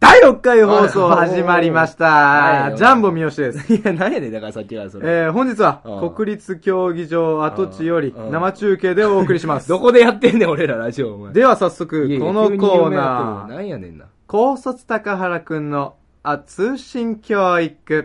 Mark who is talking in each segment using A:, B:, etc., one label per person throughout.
A: 第6回放送始まりまし
B: はい
A: た
B: は。い
A: ジャンボ三好で す。
B: いや、なんやねん、だからさっきはそれ。
A: えー、本日は
B: うん
A: 国立競技場跡地より
B: うん
A: 生中継でお送りします
B: ど。こでやってんねん、俺らラジオ、お前。
A: では早
B: いや
A: 速、
B: いや
A: このコ
B: 急
A: ーナー、
B: に有名やってるのなんやねんな。
A: 高卒高原くんのあ通信教育。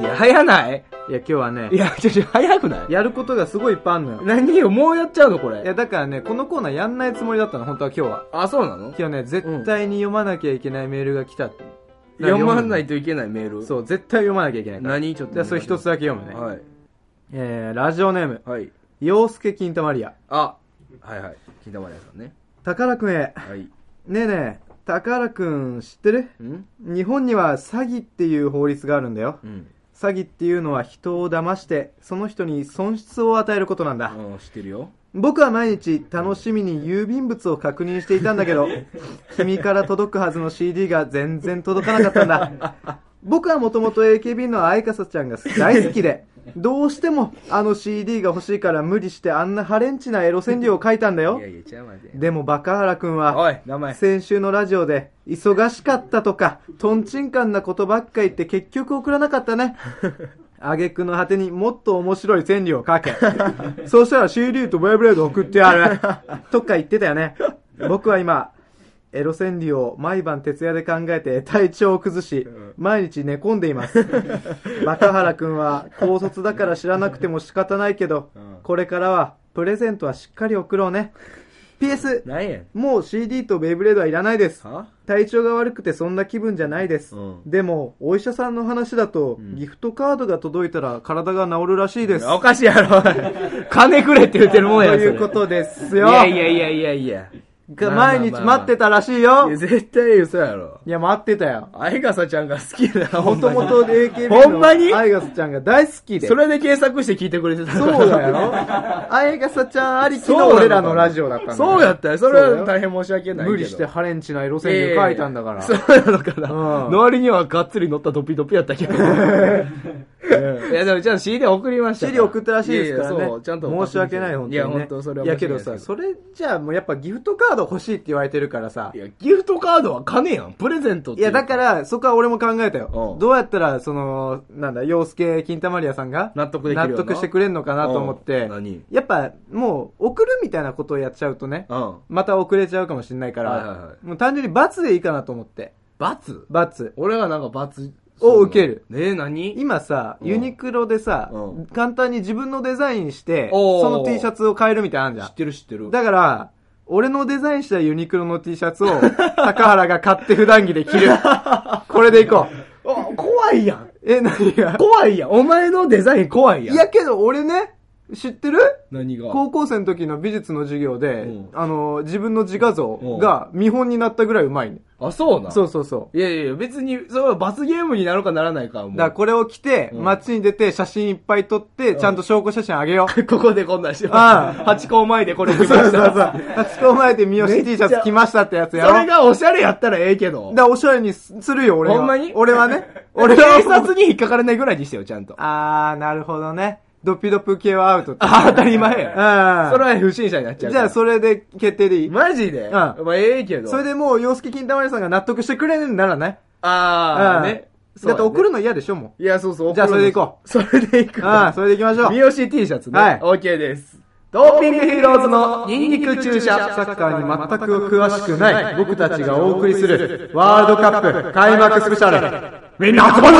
B: いや、早ない
A: いや、今日はね
B: い、や、ちょ、ちょ、早くない
A: やることがすごいいっぱいあんのよ。
B: 何よ、もうやっちゃうの、こ
A: い
B: れ。
A: や、だからね、このコーナーやんないつもりだったの、本当は今日は。
B: あ、そうなの
A: 今日ね、絶対に読まなきゃいけないメールが来た。
B: 読まない
A: と。
B: といけないメール。
A: そう、絶対読まなきゃいけないから。
B: 何ちょっと。
A: じゃあ、それ一つだけ読むね。
B: はい。
A: えー、ラジオネーム、
B: はい。
A: 洋介金玉リア。
B: あ、はいはい。金玉屋さんね。
A: 宝くんへ。
B: はい。
A: ねえねえ、宝くん知ってる
B: うん
A: 日本には詐欺っていう法律があるんだよ。
B: うん。
A: 詐欺っていうのは人を騙して、その人に損失を与えることなんだ。
B: うん、知ってるよ。
A: 僕は毎日楽しみに郵便物を確認していたんだけど、君から届くはずの CD が全然届かなかったんだ。僕はもともと AKB の相笠ちゃんが大好きで、どうしてもあの CD が欲しいから無理してあんなハレンチなエロ川柳を書いたんだ
B: い
A: よ
B: や。いや、ちゃうまで。
A: でもバカハラ君は、
B: おい、名前。
A: 先週のラジオで、忙しかったとか、とんちんかんなことばっか言って結局送らなかった ね。挙句の果てにもっと面白い川柳を書け。そうしたら CD とブイブレード送ってやる。とか言ってたよね。僕は今、エロ川柳を毎晩徹夜で考えて体調を崩し、毎日寝込んでいます。バカハラ君は高卒だから知らなくても仕方ないけど
B: うん、
A: これからはプレゼントはしっかり送ろうね。PS、
B: 何やん。
A: もう CD とベイブレードはいらないです。
B: は
A: 体調が悪くてそんな気分じゃないです。
B: うん
A: でも、お医者さんの話だと、ギフトカードが届いたら体が治るらしいです。
B: おかしいやろ、お い金くれって言ってるもんや
A: と
B: それ
A: いうことです
B: い
A: よ。
B: やいやいやいやいや。
A: が
B: まあまあまあ
A: 毎日待ってたらしいよ。
B: いや、絶対嘘やろ。
A: いや、待ってたよ。
B: 相笠ちゃんが好きだ な、
A: もともと AKB
B: ほん
A: の
B: まに
A: アイガスちゃんが大好きで。
B: それで検索して聞いてくれてた
A: そう だよ。アイガスちゃんありきの俺らのラジオだったんだよ
B: そうやったよ。それ
A: そうだ
B: は
A: よ
B: 大変申し訳ないけど。
A: 無理してハレンチなエロ川柳書いたんだから。
B: ええそうなのかな。
A: うん
B: の割にはがっつり乗ったドピドピやったけ ど。いや、でもちゃんと CD 送りました
A: シ
B: から。
A: リ送ったらしいですからね。
B: ややそうちゃんと。
A: 申し訳ない、本当に、ね。
B: いや、本当それはい
A: や、けどさ、
B: そ
A: それじゃあもうやっぱギフトカード欲しいって言われてるからさ
B: い。や、ギフトカードは金やん。プレゼントっ
A: い
B: てう
A: や、だか。ら、そこは俺も考えた
B: う
A: よ
B: ん。
A: どうやったら、その、なんだ、洋介金玉リアさんが
B: 納得できるよな
A: 納得してくれるのかなと思って
B: うん何、
A: やっぱ、もう、送るみたいなことをやっちゃうとね、
B: うん。
A: また遅れちゃうかもしれないか
B: はいはいは
A: ら、もう単純に罰でいいかなと思って。
B: 罰
A: 罰。
B: 俺はなんか罰。
A: を受ける。
B: ねえ、何
A: 今さ、
B: うん
A: ユニクロでさ
B: うん、
A: 簡単に自分のデザインして、
B: おー
A: その T シャツを買えるみたいなのあんじゃ
B: 知
A: ん
B: っ。てる知ってる。
A: だから、俺のデザインしたユニクロの T シャツを、 高原が買って普段着で着る。これでいこう。
B: あ怖いやん。
A: え、何が
B: 怖いやん。お前のデザイン怖い
A: い
B: やん。
A: やけど俺ね、知ってる
B: 何が
A: 高校生の時の美術の授業で
B: うん、
A: あの、自分の自画像が見本になったぐらいうまいね。
B: あ、そうな。
A: そうそうそう。
B: いやいやいや、別に、それは罰ゲームになるかならないかはもう。
A: だからこれを着て、
B: うん
A: 街に出て写真いっぱい撮って、ちゃんと証拠写真あげよ う。
B: ここでこんなんして
A: あ
B: ます。八甲前でこれ来まし
A: そうそう
B: た。
A: そう。八公前で三好 T シャツ着ましたってやつや
B: そ
A: ろ。
B: れがおしゃれやったらええけど。
A: だからおしゃれにすするよ、俺は。
B: ほんまに
A: 俺は ね。
B: 俺
A: 俺
B: は
A: は。
B: 警察に引っかからないぐらいにしてよ、ちゃんと。
A: あー、なるほどね。ドピドピ系はアウトって。
B: あ当たり前
A: うん。
B: や。それは不審者になっちゃう
A: じ
B: か
A: ゃ
B: ら。
A: あ、それで決定でいい、
B: マジで
A: ん
B: まあええけど。
A: それ
B: で、
A: でもう、洋介金玉屋さんが納得してくれるんならね。
B: ああ、ね。
A: だって送
B: る
A: るの嫌でしょ、も
B: いや、そうそう。
A: じゃあそれで行こ
B: う。それで行
A: う。
B: く。
A: うん、それで行きましょう。
B: 三好 T シャツね。
A: はい
B: OK です。ドーピングヒーローズのニンニク注射。
A: サッカーに全く詳しくない僕たちがお送りする、ワールドカップ開幕スペシャル。
B: みんな集まる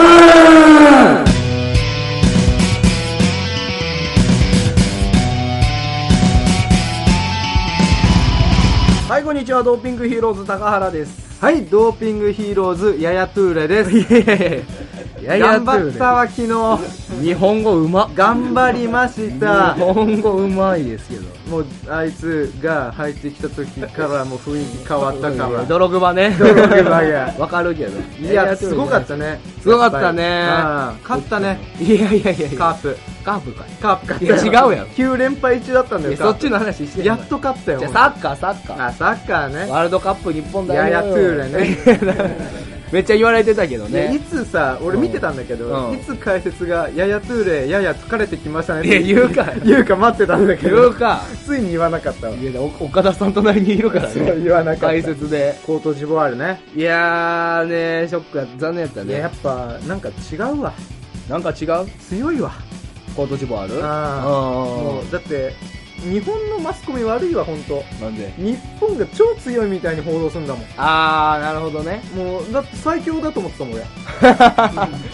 B: はい、こんにちは。ドーピングヒーローズ高原です。
A: はい、ドーピングヒーローズ、ややトゥーレです。
B: いやいやいや
A: 頑張ったわ、昨日。
B: 日本語うま。
A: 頑張りました
B: 日。本語うまいですけど。
A: もうあいつが入ってきた時からもう雰囲気変わったから
B: 泥熊ね。
A: 泥熊や
B: わかるけど。
A: いやすごかったね
B: すごかったね
A: やっぱりうん勝ったね
B: た。いやいやいやいや。
A: カープ
B: カープかい。
A: カープ勝
B: いや違う やろ
A: 9連敗中だったんだ
B: い
A: よ
B: やそ
A: カー
B: っちの話して
A: プ
B: んの
A: やっと勝ったよ
B: じゃあサッカー、サッカー。
A: あサッカーね
B: ワールドカップ日本代表
A: ややトゥーレね
B: ね。 めっちゃ言われてたけど
A: いやい
B: ね。
A: つさ俺見てたんだけど、
B: うん
A: いつ解説が「ややトゥーレやや疲れてきましたね」って
B: いや言うか
A: 言うか待ってたんだけ
B: 言う
A: ど
B: か。
A: ついに言わなかったわ
B: いやお岡田さん隣にいるから
A: そう
B: ね。
A: 言わなか
B: 解
A: った
B: 説で。
A: コートジボワールね
B: いやーねショックや、残念やった
A: いやや
B: ね
A: っ。ぱなんか違うわ
B: なんか違う
A: 強いわ
B: コートジボワール
A: あも
B: あ
A: うだって日本のマスコミ悪いわ本当
B: ー。なんで
A: 日本が超強いみたいに報道するんだもん
B: あー、なるほどね。
A: もうだって最強だと思ってたもん 俺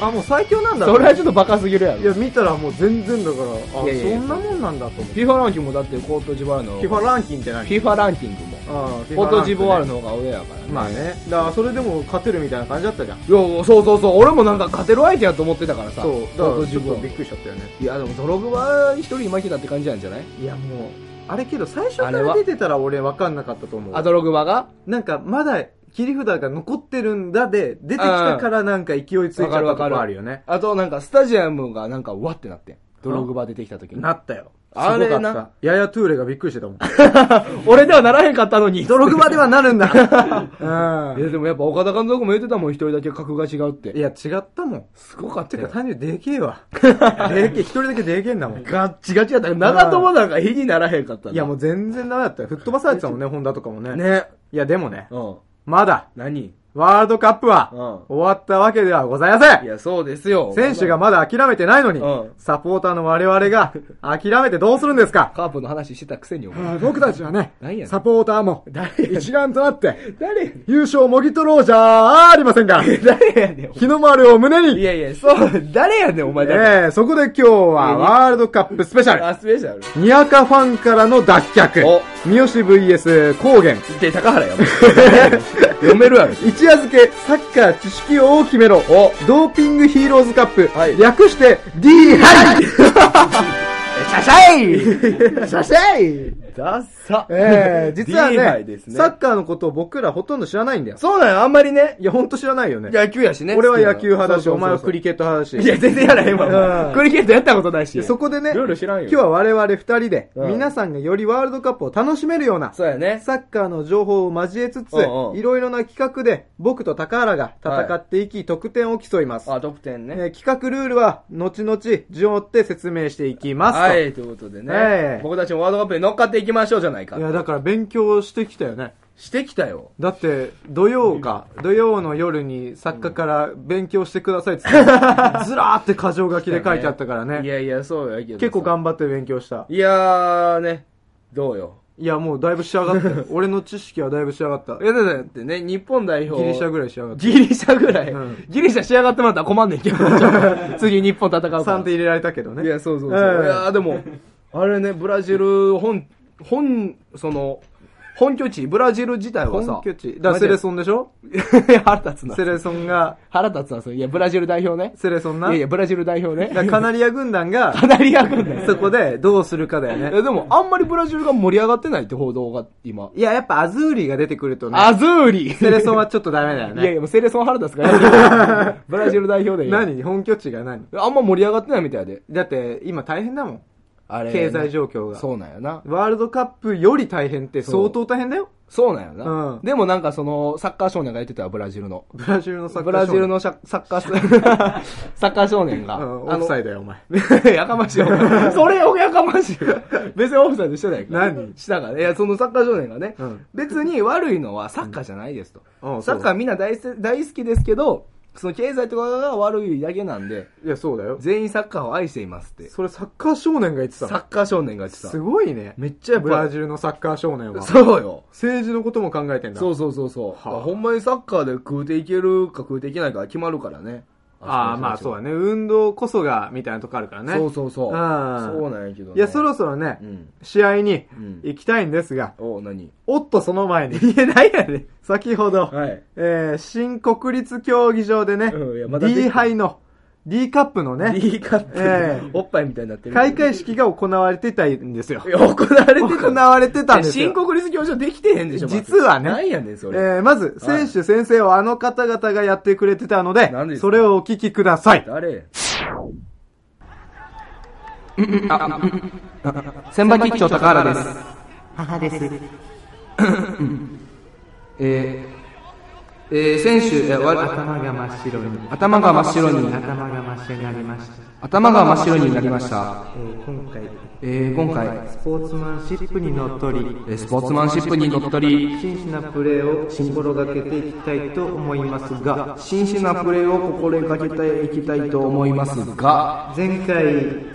A: あもう最強なんだと
B: それはちょっとバカすぎるやろ
A: い。や見たらもう全然だからあ
B: いやいやいや
A: そんなもんなんだと思って
B: FIFA ランキングもだってコートジボワールの。
A: FIFA ランキンって何
B: FIFA ランキングも。
A: ああ
B: コートジボワール
A: の
B: の方が上やからね。
A: まあねだからそれでも勝てるみたいな感じだったじゃん
B: いや、そうそうそう、俺もなんか勝てる相手やと思ってたからさ。
A: そうだ
B: コー
A: か
B: ト
A: ら
B: ジ
A: ちょっ
B: ボ
A: と
B: ワー
A: びっ
B: ル。
A: くりしちゃったよね
B: いや、でも、ドログバ一人に負けたって感じなんじゃない
A: いやもうあれけど最初か
B: あれは
A: ら出てたら俺分かんなかったと思う
B: あ、ドログバが
A: なんかまだ切り札が残ってるんだで出てきたからなんか勢いついちゃったとこあるよね
B: あと、なんか、スタジアムがなんか、うわってなってん。ドログバ出てきた時に
A: な。ったよ
B: あれな
A: すごかったややトゥーレがびっくりしてたもん
B: 俺ではならへんかったのに。
A: 泥熊ではなるんだ
B: いや、でもやっぱ、岡田監督も言ってたもん、一人だけ格が違うっ
A: うんい
B: て。
A: や違ったもん
B: すごかった
A: て
B: よ
A: か。単純にでけえわでけえ一人だけでけえんだもん
B: ガッチガチやったから長友なんか、火にならへんかった
A: いやも
B: う、
A: う全然ダメだったよ。吹っ飛ばされてたもんね、ホンダとかもね。
B: ね。
A: いやでもね、
B: うん。
A: まだ、
B: 何
A: ワールドカップは
B: うん、
A: 終わったわけではございませ
B: い
A: ん
B: や、そうですよ。
A: 選手がまだ諦めてないのに
B: うん、
A: サポーターの我 々が諦めてどうするんですか
B: カープの話してたくせに、お前。
A: 僕たちはね
B: 何やねん
A: ポーターも
B: 誰やねん
A: 丸となって、
B: 誰やねん
A: 優勝をもぎ取ろうじゃありません か
B: 誰やねん。
A: 日の丸を胸
B: いやいや、そう、誰やねん、お前。誰
A: えーそこで今日はワールドカップスペシャル
B: あ、スペシャル。
A: にわかファンからの脱却
B: お
A: 三好 VS 高原
B: で、高原やもん。 読めるやろ。
A: 一夜漬けサッカー知識王を決めろ
B: お
A: ドーピングヒーローズカップ、
B: はい
A: 略して D ハイシャシャイシャシャイ
B: ダッサ。
A: ええ実は
B: D 杯
A: ね
B: ですね
A: サッカーのことを僕らほとんど知らないんだよ。
B: そうなんよ、あんまりね。
A: いや、ほんと知らないよね。
B: 野球やしね。
A: 俺は野球派だし、
B: そうそうそうそう
A: お前はクリケット派だし。
B: いや、全然やらへんわ。
A: うん
B: クリケットやったことないし。
A: そこでね、
B: ルール知らんよ
A: 今日は我々二人で、
B: うん
A: 皆さんがよりワールドカップを楽しめるような、
B: そうやね。
A: サッカーの情報を交えつつ、い
B: うんうん
A: ろいろな企画で僕と高原が戦っていき、得点を競います。
B: あ、得点ね。
A: えー企画ルールは、後々、順を追って説明していきますと。。
B: はいい、ということで
A: え
B: ね
A: え。
B: 僕たちもワールドカップに乗っかっていきましょうじゃないか。
A: や、だから勉強してきたよね。
B: してきたよ。
A: だって、土曜か、土曜の夜に作家から勉強してくださいっつって、ず らーって箇条書きで書いてあったから
B: い
A: ね。
B: やいや、そうやけど。
A: 結構。頑張って勉強した。
B: いやーね。どうよ。
A: いや、もうだいぶ仕上がったよ。 俺の知識はだいぶ仕上がった
B: い。や、だってね、日本代表。
A: ギリシャぐらい仕上がった。
B: ギリシャぐらい。
A: うん
B: ギリシャ仕上がってもらったら困んねん けど。次日本戦うから
A: 3点入れられたけどね。
B: いや、そうそうそう。
A: ええ
B: いや、でも、あれね、ブラジル、本、本、その、本拠地、ブラジル自体はさ。
A: 本拠地。だからセレ
B: ソ
A: ソンでしょ
B: ン。 腹立つな
A: セ。レソンが、
B: 腹立つな、それ。いや、ブラジル代表ね。
A: セレソン
B: い
A: な。
B: やいや、ブラジル代表ね。
A: だからカナリア軍団が、
B: カナリア軍だよ。
A: そこでどうするかだよね
B: い。やでも、あんまりブラジルが盛り上がってないって報道が今。
A: いや、やっぱアズーリが出てくるとね、
B: アズーリ
A: セレソンはちょっとダメだよ
B: いやい
A: ね。
B: や、もうセレソン腹立つ から。ブラジル代表でいい。
A: 何本拠地が何
B: あんま盛り上がってないみたいで。
A: だって、今大変だもん。
B: あれ、
A: 経済状況が。
B: そうなんやな。
A: ワールドカップより大変って相当大変だよ。
B: そうなんやな。
A: うん
B: でもなんかその、サッカー少年が言ってたよ、ブラジルの。
A: ブラジルのサッカ
B: ブ
A: ー
B: ラジル
A: の、
B: のシャサッカー少、サッカー少年が。
A: うん、オ
B: あの
A: フサイドや、お前。
B: やかましいよ。それをやかましい よ。別にオフサイドしてないから。
A: 何
B: したから。いや、そのサッカー少年がね、
A: うん
B: 別に悪いのはサッカーじゃないですと。
A: うんうん
B: サッカーみんな大せ大好きですけど、その経済とかが悪いだけなんで、
A: いや、そうだよ。
B: 全員サッカーを愛していますって。
A: それサッカー少年が言って
B: サ
A: たの。
B: ッカー少年が言ってた
A: す。ごいね。
B: めっちゃやっぱ
A: ブラジルのサッカー少年は。
B: そうよ。
A: 政治のことも考えてんだ。
B: そうそうそうそう。
A: はあ
B: ほんまにサッカーで食うていけるか食うていけないか決まるからね。
A: ああ、まあそうだね。運動こそが、みたいなとこあるからね。
B: そうそうそう。
A: あー
B: そうなんやけど、ね。
A: いや、そろそろね、
B: うん。
A: 試合に
B: うん
A: 行きたいんですが、
B: おう、何
A: おっとその前に、
B: いや、ないやね。
A: 先ほ ど、
B: はい。
A: えー、新国立競技場でね、
B: うんいやまだ出て
A: D 杯の、D カップのね、
B: D カップ、
A: ええ
B: おっぱいみたいになってる。
A: 開会式が行われてたんですよ
B: い。や行われてた
A: 行われてたんです
B: 新
A: よ。
B: 国立競技場できてへんでしょ、まず
A: 実はね
B: なんやねん、
A: え
B: それ。
A: ー、まず、
B: はい
A: 選手先生をあの方々がやってくれてたので
B: 何で、すか
A: それをお聞きください。
B: 誰
C: 千葉吉兆高原です。母です。
B: ええー、選手、えー、わ
D: 頭が真っ白に
B: 頭が真っ白に、
D: 頭が真っ白になりました、
B: 頭が真っ白になりました。
D: えー今回
B: えー、今回、
D: スポーツマンシップにのっとり
B: えースポーツマンシップにのっとり、
D: 真摯なプレーを心がけていきたいと思いますが
B: 真摯なプレーを心がけていきたいと思いますが、
D: 前回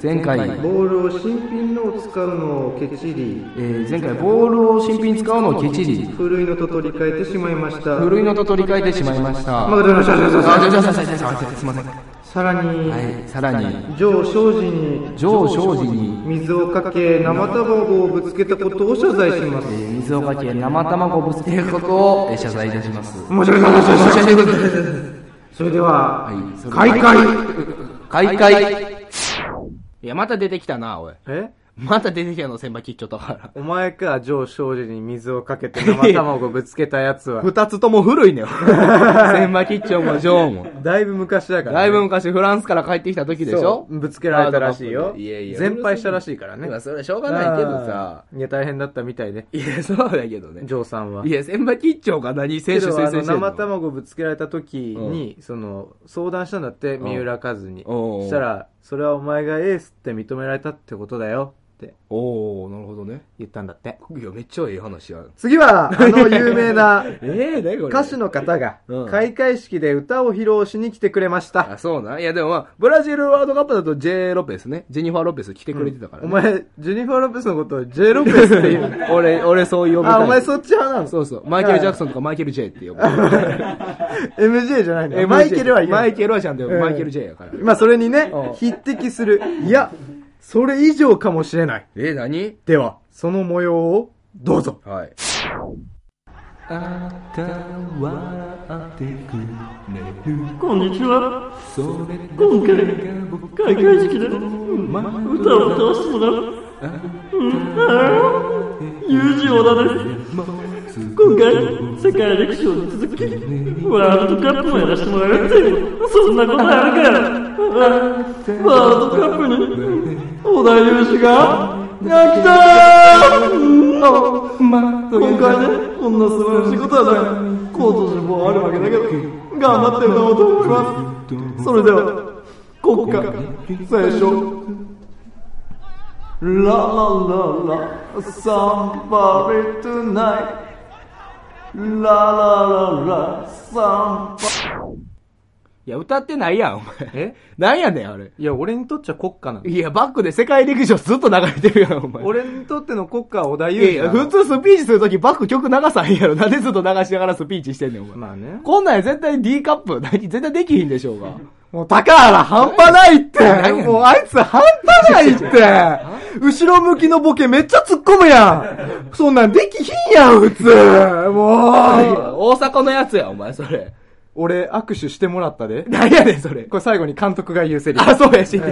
B: 前回、
D: ボールを新品のを使うのをケチり
B: えー、前回ボールを新品に使うのをケチり、
D: 古いのと取り替えてしまいました
B: 古いのと取り替えてしまいました。
D: まあどうぞどうぞどうぞ
B: あじゃあじゃあすいませんすいませんすいません。は
D: さらに、
B: い、さらに、
D: 上昇時に
B: 上昇時に、
D: 水をかけ生卵をぶつけたことを謝罪します
B: えー水をかけ生卵をぶつけることをえー謝罪いたします。
D: 申し訳ございませんそれでは、開会
B: 開会いや、また出てきたな、おい。
A: え
B: また出てきたの、先輩吉祥だから。
A: お前か、上庄司に水をかけて生卵ぶつけたやつは。
B: 二つとも古 いね、先輩吉祥もジョーも。
A: だいぶ昔だから、
B: だいぶ昔フランスから帰ってきた時でしょ
A: そうぶつけられたらしいよ。
B: いやいや。
A: 全敗したらしいからね。
B: まあそれはしょうがないけどさ。
A: いや、大変だったみたいで、
B: いや、そうだけどね。
A: ジョーさんは。
B: いや、先輩吉祥が何選手
A: けど
B: 推
A: あの
B: 薦してん
A: 生
B: の
A: 卵ぶつけられた時に、その相談したんだって
B: ん
A: 三浦和に
B: おうおう
A: したら「それはお前がエースって認められたってことだよ」って
B: おー、なるほどね。
A: 言ったんだって
B: いや、めっちゃええ話や。
A: 次はあ の有名な
B: ええね、これ。
A: 歌手の方が
B: うん
A: 開会式で歌を披露しに来てくれました
B: あ、そうなん。いや、でもまあ、ブラジルワールドカップだと J. ロペスね。ジェニファー・ロペス来てくれてたから、
A: お
B: ね
A: 前ジェニファー・ロペスのことを J ・ロペスって言う
B: 俺、俺そう呼ぶ。
A: あお前そっち派なの
B: そうそう。マイケル・ジャクソンとかマイケル・ J って呼ぶ。
A: MJ じゃないのマイケルはい
B: マイ
A: ル
B: ケルはちゃんと呼ぶ。
A: うん
B: マイケル・ J やから。
A: まあそれにね
B: うん
A: 匹敵するいやそれ以上かもしれない
B: え、何
A: ではその模様をどうぞ
B: はい。
E: こんにちは。今回、開会式で、うん歌を歌わせてもらう。うんあー友人をだね。今回、世界陸上に続き、ワールドカップもやらせてもらうっていう、そんなことあるかあーワールドカップに、小田裕二が、やったーうんあ今回ね、こんな素晴らしいことはない。コートでもあるわけだけど、頑張って歌おうと思います。それでは、国歌、斉唱。ララララ、サンバリトゥナイト。ララララ、サンバ
B: いや、歌ってないやん、お前。えなんやねん、あれ。
A: いや俺にとっちゃ国家なの
B: いや、バックで世界陸上ずっと流れてるやん、お前。
A: 俺にとっての国家は織田
B: い
A: 裕
B: やい
A: 二
B: や、
A: だ
B: 普通スピーチするときバック曲流さんやろ。なんでずっと流しながらスピーチしてんねん、お前。
A: まあね
B: こんなんや絶対 D カップ、何絶対できひんでし ょうが。
A: もう高原半端ない っ
B: 何やね
A: て
B: ん
A: もうあいつ半端ないって後ろ向きのボケめっちゃ突っ込むやんそんなんできひんやん普通もう
B: 大阪のやつや、お前、それ。
A: 俺握手してもらったで
B: なんやねん、それ。
A: これ最後に監督が言うセリフ
B: あ、そうや、知って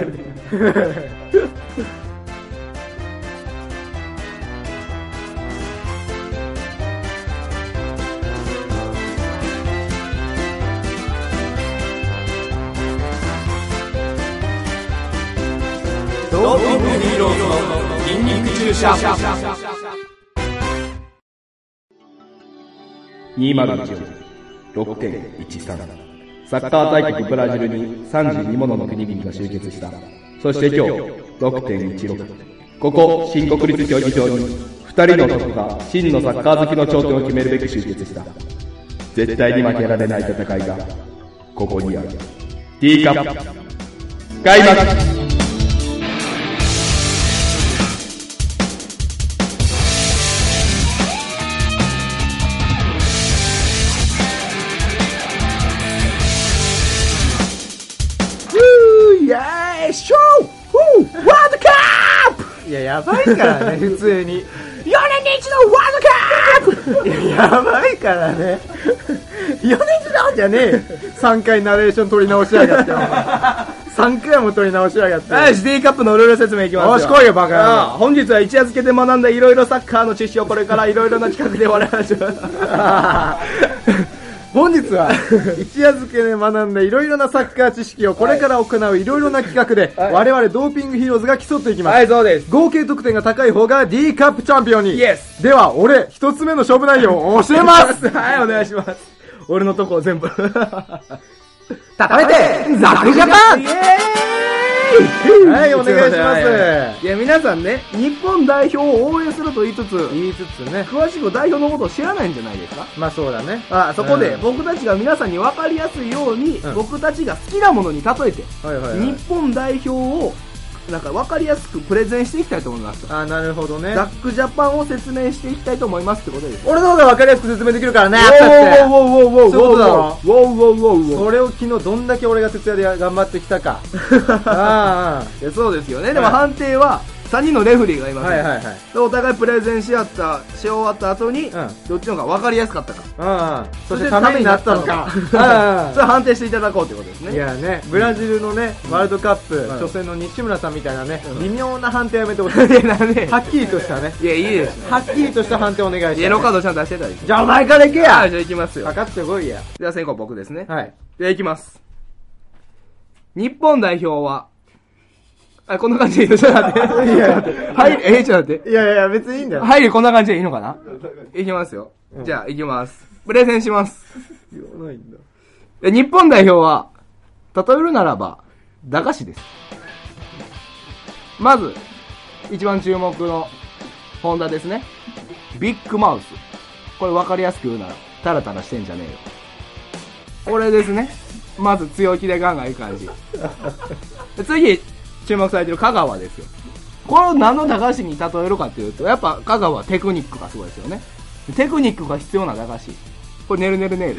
B: る。
C: サッカー大国ブラジルに32ものの国々が集結した。そして今日、6.16。ここ、新国立競技場に、二人の男が真のサッカー好きの頂点を決めるべく集結した。絶対に負けられない戦いが、ここにある。D カップ、開幕
A: いややばいからね普通に4年に一度ワールドカップやばいからね4年に一度じゃねえよ3回ナレーション取り直しやがってお前3回も取り直しやがって
F: はい、シティカップのルール説明いきますよ。
A: よし来いよバカ野郎
F: ああ本日は一夜漬けで学んだいろいろサッカーの知識をこれからいろいろな企画で笑いし ます。
A: 本日は 一夜漬けで学んだいろいろなサッカー知識をこれから行ういろいろな企画で我々ドーピングヒーローズが競っていきます、
F: はい、そうです。
A: 合計得点が高い方が D カップチャンピオンに、
F: Yes
A: では俺一つ目の勝負内容を教えます
F: はい、お願いします。
B: 俺のとこ 全部。
A: 叩いてザクジャパンはい、お願いしま
B: いや、皆さんね、日本代表を応援すると言いつつ、
A: す。言いつつね。
B: 詳しく代表のことを知らないんじゃないですか
A: まあそうだね。
B: あそこで
A: うん
B: 僕たちが皆さんに分かりやすいように、
A: うん
B: 僕たちが好きなものに例えて、
A: はいはい、はい
B: 日。本代表をなんか分かりやすくプレゼンしていきたいと思います。
A: あ、なるほどね。
B: ザックジャパンを説明していきたいと思いますってことです。
A: 俺の方が分かりやすく説明できるからね。
B: ウォーウォーウォーウォーウォー
A: そういうことだろ
B: ウォーウォーウォーウォーウォー
A: それを昨日どんだけ俺が徹夜で頑張ってきたか。あ
B: いやそうですよね。でも
A: はい
B: 判定は、3人のレフェリーがい
A: あ、
B: ます、
A: はいはいはい。
B: でお互いプレゼンし合った、し終わった後に、
A: うん
B: どっちの方が分かりやすかったか。
A: ああ、そしてためになったのか。
B: それ判定していただこうということです
A: い
B: ね。
A: やね、ブラジルのね、ワールドカップ初戦の西村さんみたいなね、微妙な判定やめてほしい。 はっきりとしたね。
B: いや、いいですね。
A: はっきりとした判定お願いします。
B: イエローカードちゃんと出してたりして
A: じゃあお前から行け
B: は
A: や
B: いじゃあ行きますよ
A: か。かってこいや。
B: じゃあ先行僕ですね。
A: はい。
B: じゃあ行きます。日本代表は、あ、こんな感じでいいのちょっと待って。
A: いや待って
B: はい、えー、ちょっと待って。
A: いやいや、別にいいんだよ。
B: はい、こんな感じでいいのかな行きますよ。じゃあ行きます。プレゼンします。
A: 言わないんだ。
B: で日本代表は、例えるならば、駄菓子です。まず、一番注目の、ホンダですね。ビッグマウス。これ分かりやすく言うなら、タラタラしてんじゃねえよ。これですね。まず強気でガンガンいい感じ。で次、注目されてる香川ですよ。これを何の駄菓子に例えるかというと、やっぱ香川はテクニックがすごいですよね。テクニックが必要な駄菓子。これねるねるねる。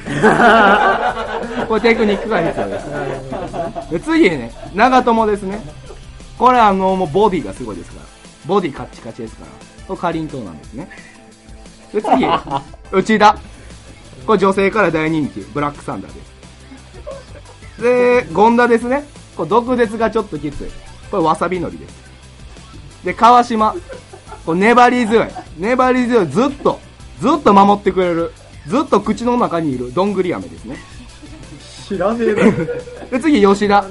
B: これテクニックが必要です。で次ね、長友ですね。これあの、もうボディがすごいですから。ボディカッチカチですから。これかりんとうなんですね。で次、内田。これ女性から大人気、ブラックサンダーです。で、権田ですね。これ毒舌がちょっときつい。これわさびのりです。で、川島。これ粘り強い。粘り強い。ずっと、ずっと守ってくれる。ずっと口の中にいるどんぐり飴ですね。
A: 知らねえ だろ。
B: で、次、吉田。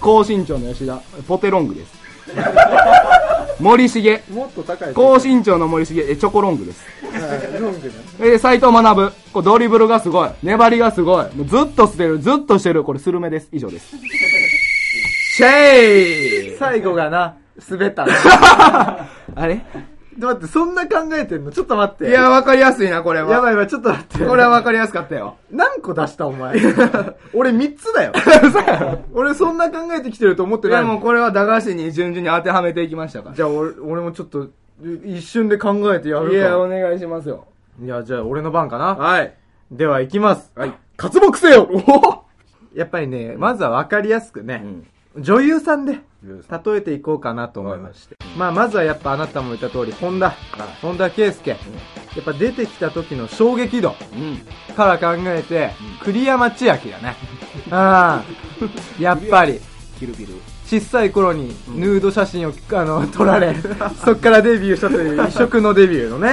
B: 高身長の吉田。ポテロングです。森重。
A: もっと高い。
B: 高身長の森重、えチョコロングです。
A: はいロング
B: えー、斎藤学。こうドリブルがすごい。粘りがすごい。もうずっと捨てる。ずっとしてる。これ、スルメです。以上です。シェ
A: だ
B: イ
A: 最後がな、滑った な。
B: あれ
A: 待って、そんな考えてんのちょっと待って。
B: いや、わかりやすいな、これは。
A: やばいわ、ちょっと待って。
B: これはわかりやすかったよ。
A: 何個出したお前。俺3つ だよ。俺そんな考えてきてると思って
B: い
A: な
B: や、
A: いも。
B: もうんこれは駄菓子に順々に当てはめていきましたから。
A: じゃあ俺俺もちょっと、一瞬で考えてやるか。
B: いや、お願いしますよ。
A: いやじゃあ俺の番かな。
B: はい。
A: では行きます。
B: はい。
A: 活目せよやっぱりね、まずは分かりやすくね、女優さんで例えていこうかなと思いまして。まあまずはやっぱあなたも言った通り、本田、本田圭佑。やっぱ出てきた時の衝撃度から考えて、栗山千明だ ね。ああ、やっぱり。
B: キルビル。
A: 小さい頃にヌード写真を、あの撮られ そっからデビューしたという異色のデビューのね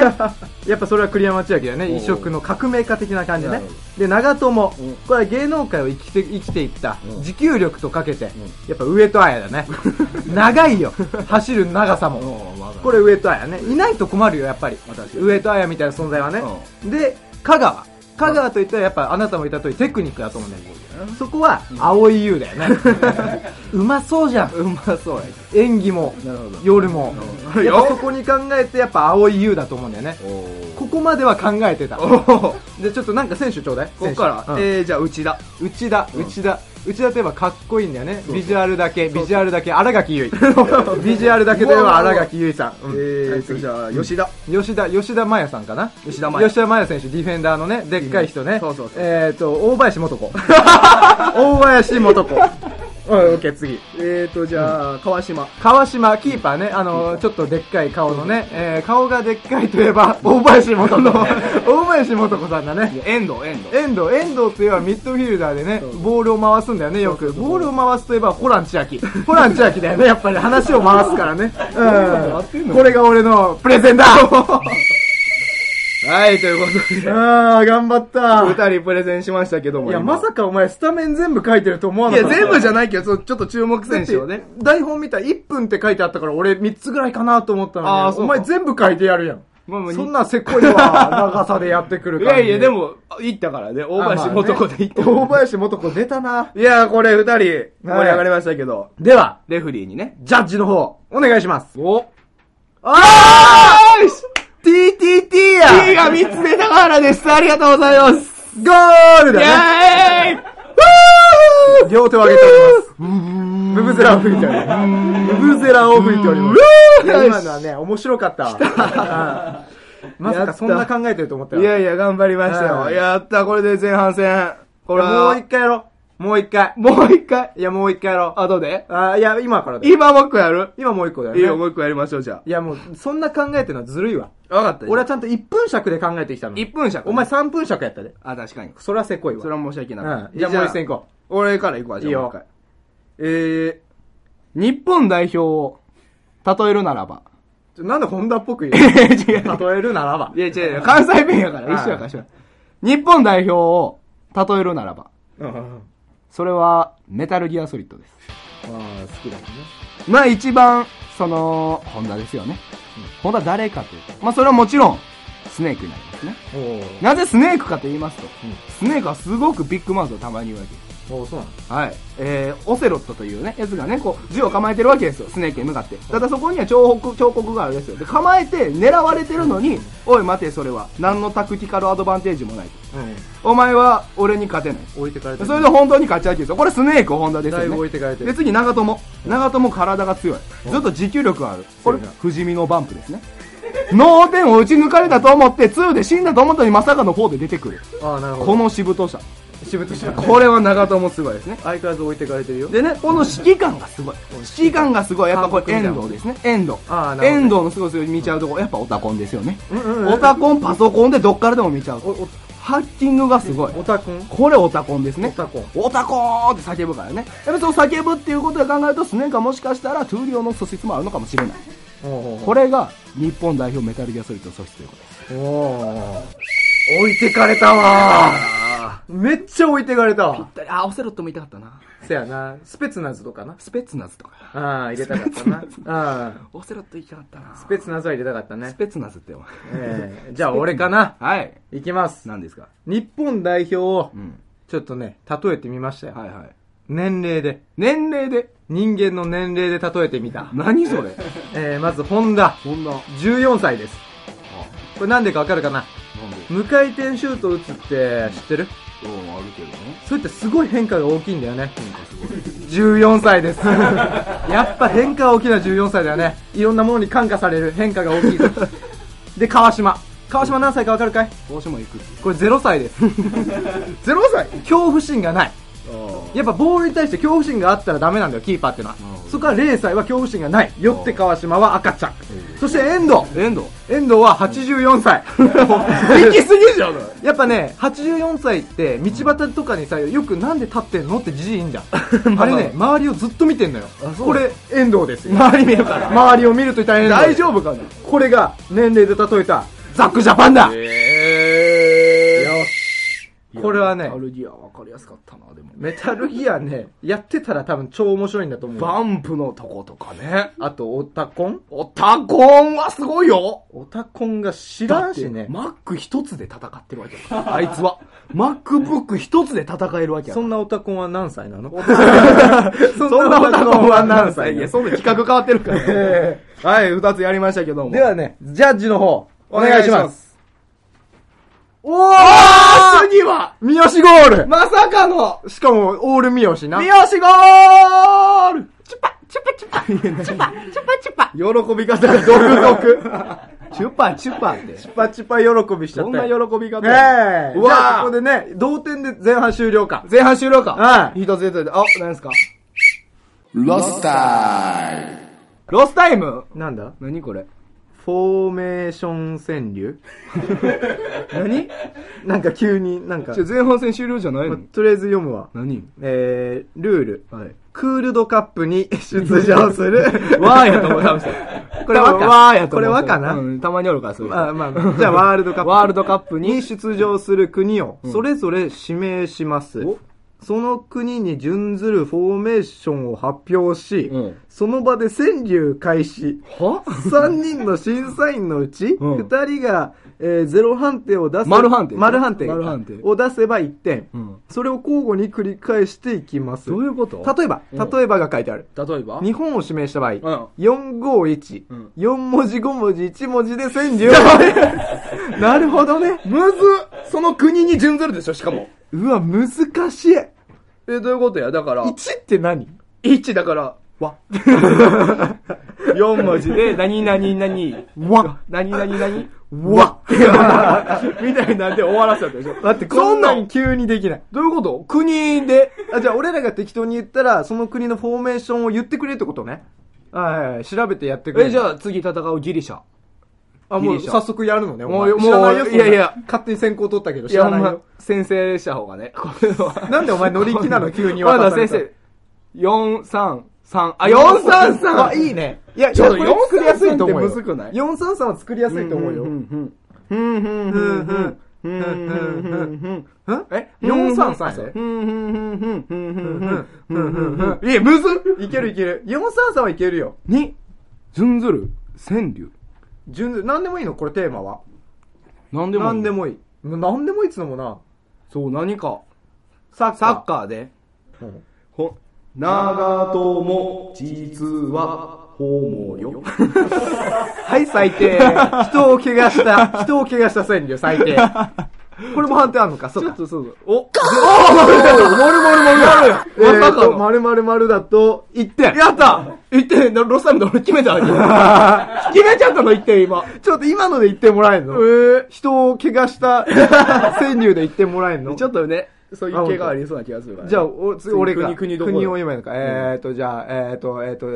A: やっぱそれは栗山千明だよね異色の革命家的な感じねで長友、これは芸能界を生きて生きていった持久力とかけて、やっぱ上戸彩だね長いよ走る長さもこれ上戸彩ねいないと困るよやっぱり上戸彩みたいな存在はねで香川香川といったらやっぱあなたも言った通りテクニックだと思うんだよそこは蒼井優だよね うまそうじゃん
B: うまそうや。
A: 演技も
B: なるほど
A: 夜も
B: ほど
A: やっぱそこに考えてやっぱ青い優だと思うんだよねここまでは考えてたでちょっとなんか選手ちょうだい
B: ここから、
A: 選手
B: えー、じゃあ、内田。
A: うん内田内田内田といえばかっこいいんだよねビジュアルだけビジュアルだけ新垣結 衣ビジュアルだけといえば新垣結衣さんうん
B: えー、じゃあ、吉田。
A: 吉田、吉田麻也さんかな
B: 吉田麻也
A: 吉田麻也選手、ディフェンダーのね、でっかい人ね。
B: そうそうそう
A: えっ、と、大林 素子。大林素子。 うん、オッケー、次。
B: えーと、じゃあ、川島。
A: 川島、キーパーね、あの、ちょっとでっかい顔のね、えー顔がでっかいとい えば、大林素子の、大林素子さんだね。
B: 遠藤、遠藤。
A: 遠藤、遠藤といえばミッドフィルダーでね、ボールを回すんだよね、よく。ボールを回すといえば、ホラン千秋。ホラン千秋だよね、やっぱり話を回すか らね。うん。これが俺のプレゼンだ
B: はい、ということで、
A: ああ、頑張った。
B: 二人プレゼンしましたけども。
A: いや、
B: 今
A: まさかお前スタメン全部書いてると思わ
B: い
A: なか
B: や、
A: った。
B: 全部じ
A: ゃ
B: ゃないけど、そうちょっと注目選手を
A: だって
B: ね。
A: 台本見たら1分って書いてあったから俺3つぐらいかなと思ったのに。
B: あーそうか
A: お前全部書いてやるやん。
D: まあまあ
A: そんなせこいわ、長さでやってくる
D: い
A: 感
D: や
A: じ。
D: いや、でも、行ったからね。大林元子で行った。
A: 大林元子出たな。
D: いやー、これ二人、盛り上がりましたけど、
A: では、
D: レフリーにね。
A: ジャッジの方、お願いします。
D: お
A: あ
D: ーいし
A: ー !TTT や
D: !T が3つ出たからでしたありがとうございます
A: ゴール
D: イ
A: だね
D: ェーイ
A: 両手を上げております。ブブゼラを吹いております。ブブゼラを吹いております。いや今のはね、面白かったわ。うんまさかそんな考えてると思ったよ。
D: いやいや、頑張りましたよ。
A: はい
D: やった、これで前半戦。これ
A: もう一
D: は、
A: 回やろう。もう一回。
D: もう一回。
A: いや、もう一回やろう。
D: 後で
A: あーいや、今からだよ。
D: 今もう一個やる
A: 今もう一個だよ
D: い
A: ね。
D: いよ、もう一個やりましょう、じゃ
A: いやもう、そんな考えてるのはずるいわ。
D: あ。わかった。
A: 俺はちゃんと1分尺で考えてきたの。
D: 1分尺。
A: お前、3分尺やったで。
D: あ、確かに。
A: それはせこいわ。
D: それは申し訳なかっ
A: う
D: た
A: ん。じゃあもう一戦行こ
D: う。俺から行くわ、じゃあ
A: いいよ
D: もう一回。えー、日本代表を例えるならば。
A: う。なんでホンダっ ぽく
D: い
A: 言
D: や
A: う
D: 違う。
A: 例えるならば
D: い。や、違う違う、関西弁やから、
A: はい
D: 一緒やから、一緒やから日本代表を例えるならば、
A: うん
D: それはメタルギアソリッドです。
A: ああ、好きだもんね。
D: まあ一番、その、ホンダですよね。ホンダ誰かというと、まあそれはもちろん、スネークになりますね。
A: お
D: なぜスネークかと言いますと、スネークはすごくビッグマウスをたまに言うわけです。
A: おおそうなの
D: はい。えー、オセロットというね、やつがね、こう、銃を構えてるわけですよ、スネークに向かって。ただそこには彫刻、彫刻があるんですよ。で、構えて狙われてるのに、おい待て、それは。何のタクティカルアドバンテージもないと。お前は俺に勝てない。
A: 置いてかれてる
D: それで本当に勝ちたいですよ。これスネーク本田ですよ
A: だいぶ
D: ね。
A: 置いてかれてる
D: で、次長友。長友体が強い。ずっと持久力がある。これ、不死身のバンプですね。脳天を打ち抜かれたと思って、2で死んだと思ったのにまさかの4で出てくる。
A: ああ、なるほど。
D: このしぶとさ。
A: しぶとしな。
D: これは長友すごいですね。
A: 相変わらず置いてかれてるよ。
D: でね、この指揮官がすごい。指揮官がすごい。やっぱこれ遠藤ですね。遠藤
A: あー。なるほど
D: 遠藤のすごいすごい見ちゃうとこ、やっぱオタコンですよね。
A: うん
D: オタコン、パソコンでどっからでも見ちゃう
A: お。お
D: ハッキングがすごい。
A: オタコン
D: これオタコンですね。
A: オタコン
D: オタコーって叫ぶからね。やっぱその叫ぶっていうことで考えると、スネークはもしかしたらトゥーリオの素質もあるのかもしれない。これが日本代表メタルギアソリッドの素質ということです。
A: おおー置いてかれたわーめっちゃ置いてかれたわ。
D: あ、オセロットも痛かったな。
A: せやな。スペツナズとかな。
D: スペッツナズとか。
A: ああ、入れたかったな。ああ、
D: オセロット痛かったな。ス
A: スペツナズは入れたかったね。
D: ペッツナズってお前。
A: ええじゃあ俺かな。
D: はい。
A: いきます。
D: 何ですか
A: 日本代表を
D: う、ん。
A: ちょっとね、例えてみましたよ。
D: はいはい。
A: 年齢で。
D: 年齢で
A: 人間の年齢で例えてみた。
D: 何それ
A: えー、まず、ホンダ。
D: こんな。
A: 14歳です。これなんでかわかるかな
D: なんで
A: 無回転シュート打つって知ってる
D: うん、あるけどね。
A: そういったすごい変化が大きいんだよね。14歳 です。やっぱ変化が大きな14歳だよね。いろんなものに感化される変化が大きい。で、川島。川島何歳かわかるかい
D: 大島行く
A: これ0歳 です。0歳恐怖心がない。やっぱボールに対して恐怖心があったらダメなんだよ、キーパーってのは
D: るほ。ど
A: そこは0歳は恐怖心がない。よって川島は赤ちゃん。そして遠藤。
D: 遠藤
A: 遠藤は84歳。
D: 行きすぎじゃん
A: やっぱね、84歳って、道端とかにさ、よくなんで立ってんのってじじいい んじゃん。あれね、周りをずっと見てんのよ。これ、遠藤ですよ。周り見るから。周りを見ると大変大丈夫かなこれが、年齢で例えた、ザックジャパンだよしこれはね
D: メタ、ルギア分かりやすかったな、でも。
A: メタルギアね、やってたら多分超面白いんだと思う。
D: バンプのとことかね。
A: あと、オタコン
D: オタコンはすごいよ
A: オタコンが知
D: だ
A: ら
D: っ
A: ん
D: て
A: しね。
D: マック一つで戦ってるわけや からあいつは。マックブック一つで戦えるわけや
A: そ
D: から。
A: んなオタコンは何歳な の
D: そ
A: そんなオタコンは何歳
D: いや、そんな企画変わってる からね。はい、二つやりましたけども。
A: ではね、ジャッジの方、お願いします。お
D: あ
A: ー
D: ー、次は
A: 三好ゴール
D: まさかの
A: しかも、オール三好な。
D: 三好ゴールチュパチュパチュパチュパチュパチュパ
A: 喜び方が独特。
D: チュパチュパって。
A: チュパチュパ喜びしちゃ
D: ど
A: っ
D: ん
A: た
D: な喜
A: よ。
D: び方
A: ねえ。
D: う
A: じゃあ、
D: わ
A: ここで
D: ー
A: ね、同点で前半終了か。
D: 前半終了か。
A: はい
D: 一つ出てて、あ、何ですか
B: ロスタイム
D: ロスタイム
A: なんだ
D: 何これ
A: フォーメーション川 柳何なんか急になんか
D: ちょ、。前半戦終了じゃない
A: ま
D: の
A: あとりあえず読むわ。
D: 何
A: えー、ルール。
D: はい。
A: クールドカップに 出場す る。
D: わーやと思う、多分これ
A: 多
D: わ
A: 分
D: か。
A: わーやと思う
D: これわかな。
A: う
D: たまにおるから、そういう人
A: あまあ、じゃあワールドカップ。
D: ワールドカップに
A: に出場する国をそれぞれ指名します。
D: お
A: その国に準ずるフォーメーションを発表し、
B: うん
A: その場で川柳開始。
B: は
A: 3人の審査員のうち、
B: うん
A: 2人が、えーゼロ判定を出す。
B: 丸判定
A: 丸判定。
B: 丸判定
A: を出せば1点、
B: うん
A: それを交互に繰り返していきます。
B: どういうこと
A: 例えば、例えばが書いてある。
B: 例えば
A: 日本を指名した場合、
B: ん
A: 451、
B: ん
A: 4文字5文字1文字で川柳。 なるほどね。
B: むずっその国に準ずるでしょ、しかも。
A: うわ、難しい。
B: え、どういうことやだから、
A: 1って何
B: 1だから、 わ。4文字で、何々何、
A: わ、
B: 何々何、
A: わ。
B: みたいなんで終わらせたでしょ。
A: だってこんなん急にできない。
B: どういうこと国で、
A: あ、じゃあ俺らが適当に言ったら、その国のフォーメーションを言ってくれってことね。はいはいはい、調べてやってくれ。
B: え、じゃあ次戦うギリシャ。
A: あ、も
B: ギ
A: う
B: リシャ
A: 早速やるのね。
B: もう
A: お前
B: もう
A: 知らないよ。そんない
B: やいや。
A: 勝手に先行取ったけど、
B: い
A: 知
B: や、
A: ら
B: ほ
A: なんい
B: ま
A: よ。、
B: 先生した方が ね、これは。
A: なんでお前乗り気なの急に
B: ま
A: 渡
B: だ
A: され
B: 先
A: た
B: 生、4、3、3、あ、4、3、3!
A: あ、いいね。いや、
B: ちょっと
A: いやこれ作りやすいと思うよ。
B: 433ってむずくない
A: ?433 は作りやすいと思うよ。え ?433 で
B: え、むず
A: いけるいける。433はいけるよ。
B: に、ずんずる、川柳。
A: 順ず、なんでもいいのこれテーマは。
B: なんでもいい。
A: なんでもいい。なんでもいいっつのもな。
B: そう、何か。
A: サッカー。
B: サッカーで。ほ、長友、実は、ホモよ。
A: はい、最 低。人を怪我した、人を怪我した川柳、最低。これも判定あんのか、そうか。
B: そうそう。お
A: え
B: ま
A: ー
B: さか
A: と、
B: の
A: 丸々丸だと、1点。
B: やった一点、ロスタイムで俺決めたわ け。決めちゃったの一点今。
A: ちょっと今ので1点もらえんのえ人を怪 我した、川柳で1点もらえんの
B: ちょっとね、そういう系がありそうな気がするからね。
A: じゃあ、お次俺が。
B: 国国どこ
A: を言えばいいのか。えーと、じゃあ、えーと、えーと、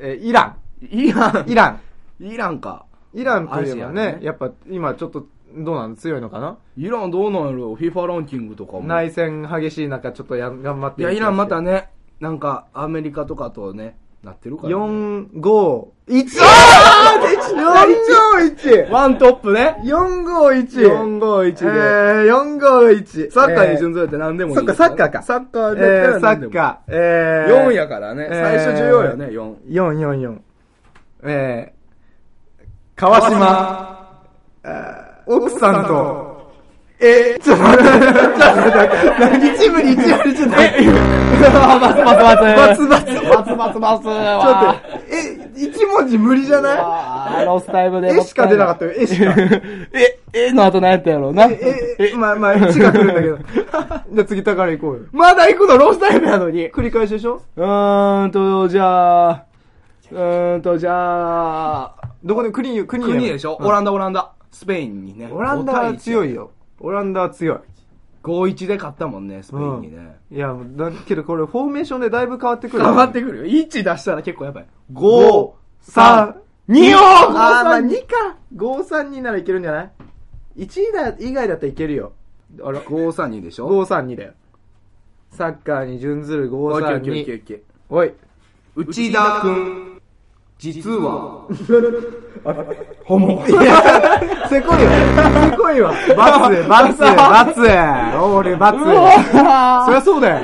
A: えーイラン。
B: イラン。
A: イラン。
B: イランか。
A: イランといえ
B: ア
A: ば
B: ジア
A: ね
B: ね、
A: やっぱ今ちょっと、どうなの強いのかな
B: イランどうなんやろ ?FIFA ランキングとかも。い。
A: 内戦激しい中、ちょっとや頑張って
B: い
A: い
B: や、イランまた
A: ね。
B: ね、なんか、アメリカとかとね、なってるから、ね。
A: 4、5、1! あー !451!
B: ワントップね。
A: 451! え
B: 451で。
A: ー、451。
B: サッカーに準ずるって何でもいい、
A: そっかサッカーか
B: サッカーでや
A: え
B: ったら
A: ー、サ
B: 何でも
A: ッ
B: いい。
A: カー。えー、
B: 4やからね。
A: えー
B: 最初重要よね、4。
A: 444えー、川島、えー奥さんと、えー、ちょっと待って、ちょっと待って、何チームに一割じゃないバツバツバツバツバツバツバツちょっと待って、え、一文字無理じゃない
C: あーロスタイムで
A: 絵しか出なかったよ、絵しか。
C: え、え の後何やったやろうな。
A: え、え、まあまあ、1が来る んだけど。じゃあ次、宝行こうよ。
C: まだ行くのロスタイムやのに。
A: 繰り返しでしょ
C: うーんと、じゃあ、うーんと、じゃあ、
A: どこで国言う、国言う
B: 国でしょ、オランダ、オランダ。スペインにね。
A: オランダは強いよ。オランダは強い。
B: 5-1で勝ったもんね、スペインにね。
A: いや、だけどこれ、フォーメーションでだいぶ変わってくる。
B: 頑張ってくるよ。1出したら結構やばい。
A: 5、3、
B: 2を
A: あー、まあ2か。5、3、2ならいけるんじゃない ?1 位だ以外だったらいけるよ。
B: あら、532でしょ
A: 5、3、2だよ。サッカーに準ずる
B: オッ
A: 5、
B: ケーオ
A: 3、
B: ッケーオッケー
A: 2。
B: オッケー
A: おい。
B: 内田くん、実は、ホモ。
A: せこいわ。せこいわ。バツ、バツ、バツ。俺、バツ。そりゃそうだよ。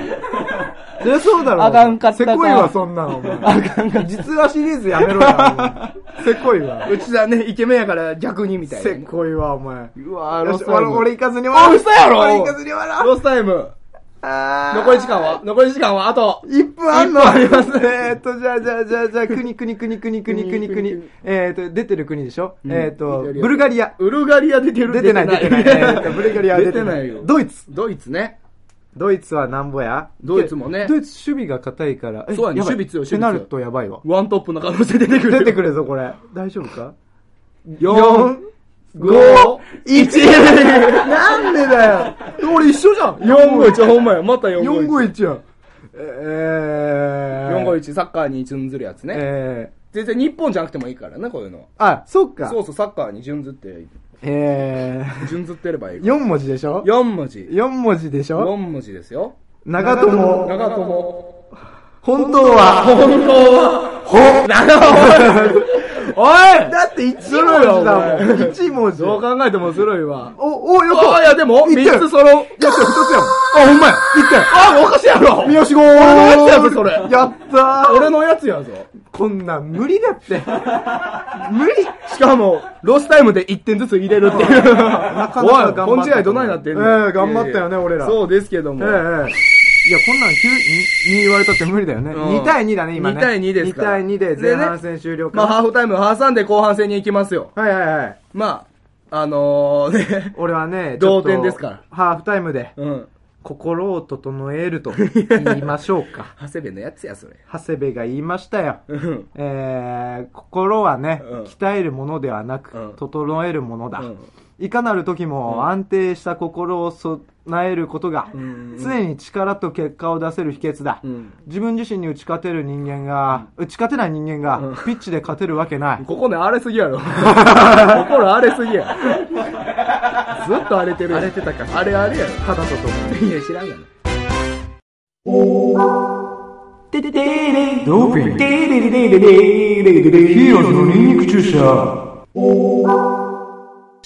A: そりゃそうだろ。
C: あかんかった
A: せ
C: か
A: こいわ、そんなの。お前実話シリーズやめろよ。お前せこいわ。
B: 内田ね、イケメンやから逆にみたいな
A: せ
B: ね。
A: こいわ、お前。
B: うわ
A: よ
B: ロ
A: し
B: スタイ
A: 俺、
B: ム。
A: 俺行かずに終わる。
B: 嘘やろ
A: 俺行かずに終わろう。
B: ロスタイム。残
A: 残
B: り時間は残り時間はあと、
A: 一分あんのありますね。えーっと、じゃあ、じゃあ、じゃあ、じゃあ、国、国、国、国、国、国、国。えーっと、出てる国でしょえーっと、ブルガリア。
B: ウルガリア出てる
A: 出てない、出てない。えーっとブルガリアは
B: 出てないよ。
A: ドイツ。
B: ドイツね。
A: ドイツはなんぼや
B: ドイツもね
A: ドイツ守備が硬いから。え
B: そうやね
A: ばい
B: 守備強い守備強い
A: ってなるとやばい わ。
B: ワントップの可能性出てくる。
A: 出てくるぞ、これ。大丈夫か
B: 4、
A: 5
B: 5、
A: 1! なんでだよ俺一緒じゃん
B: 451、ほんまや。また451。
A: 451やん。えー。
B: 451、サッカーに準ずるやつね。
A: えー。
B: 全然日本じゃなくてもいいからね、こういうのは。
A: あ、そっか。
B: そうそう、サッカーに準ずって、
A: え
B: 準ずってればいい
A: ー。。4文字でしょ
B: 4文字。
A: 4文字でし
B: 4
A: ょ
B: 文字ですよ。
A: 長友、
B: 長友。
A: 本当は、
B: 本当は、おい
A: だって一文字だもん。一文字。
B: どう考えてもずるいわ。
A: お、お、よ
B: ああ、いやでも、
A: いって
B: 三つ揃う。
A: や、それ二つやもん。
B: あ、ほんまや。いってあ、おかしいやろ
A: 三好
B: 俺
A: 号
B: のやつやぞそれ
A: やったー
B: 俺のやつやぞ。
A: こんなん無理だって。無理
B: しかも、ロスタイムで1点ずつ入れるっていう。な
A: かなか頑張った
B: おい、本試合どないなってんの
A: ええ頑張ったよね俺ら
B: そうですけども。
A: ええええいや、こんなん急にに言われたって無理だよね。
B: うん
A: 2対2だね、今ね。
B: 2対2ですから
A: 2対2で前半戦終了
B: まあ、ハ
A: か。
B: ーフタイム挟んで後半戦に行きますよ。
A: はいはいはい。
B: まあ、あのー、ね。
A: 俺はね、
B: 同点
A: ちょっと
B: ですから
A: ハーフタイムで、
B: うん。。
A: 心を整えると言いましょうか
B: 長谷部のやつや、それ。
A: 長谷部が言いましたよ。
B: うん。
A: えー、心はね、
B: うん
A: 鍛えるものではなく、
B: うん
A: 整えるものだ、
B: うん
A: いかなる時も安定した心を備えることが、
B: ん
A: 常に力と結果を出せる秘訣だ、
B: うん
A: 自分自身に打ち勝てる人間が、打ち勝てない人間が、ピッチで勝てるわけない、
B: ここね、荒れすぎやろ。心荒れすぎ や。ずっと荒れてる。荒れてたか。あれあれやろ。ただととも。いや、知らんがな。
E: てててれドーピング。てれれれれれれれれヒーローズのニンニク注射。シ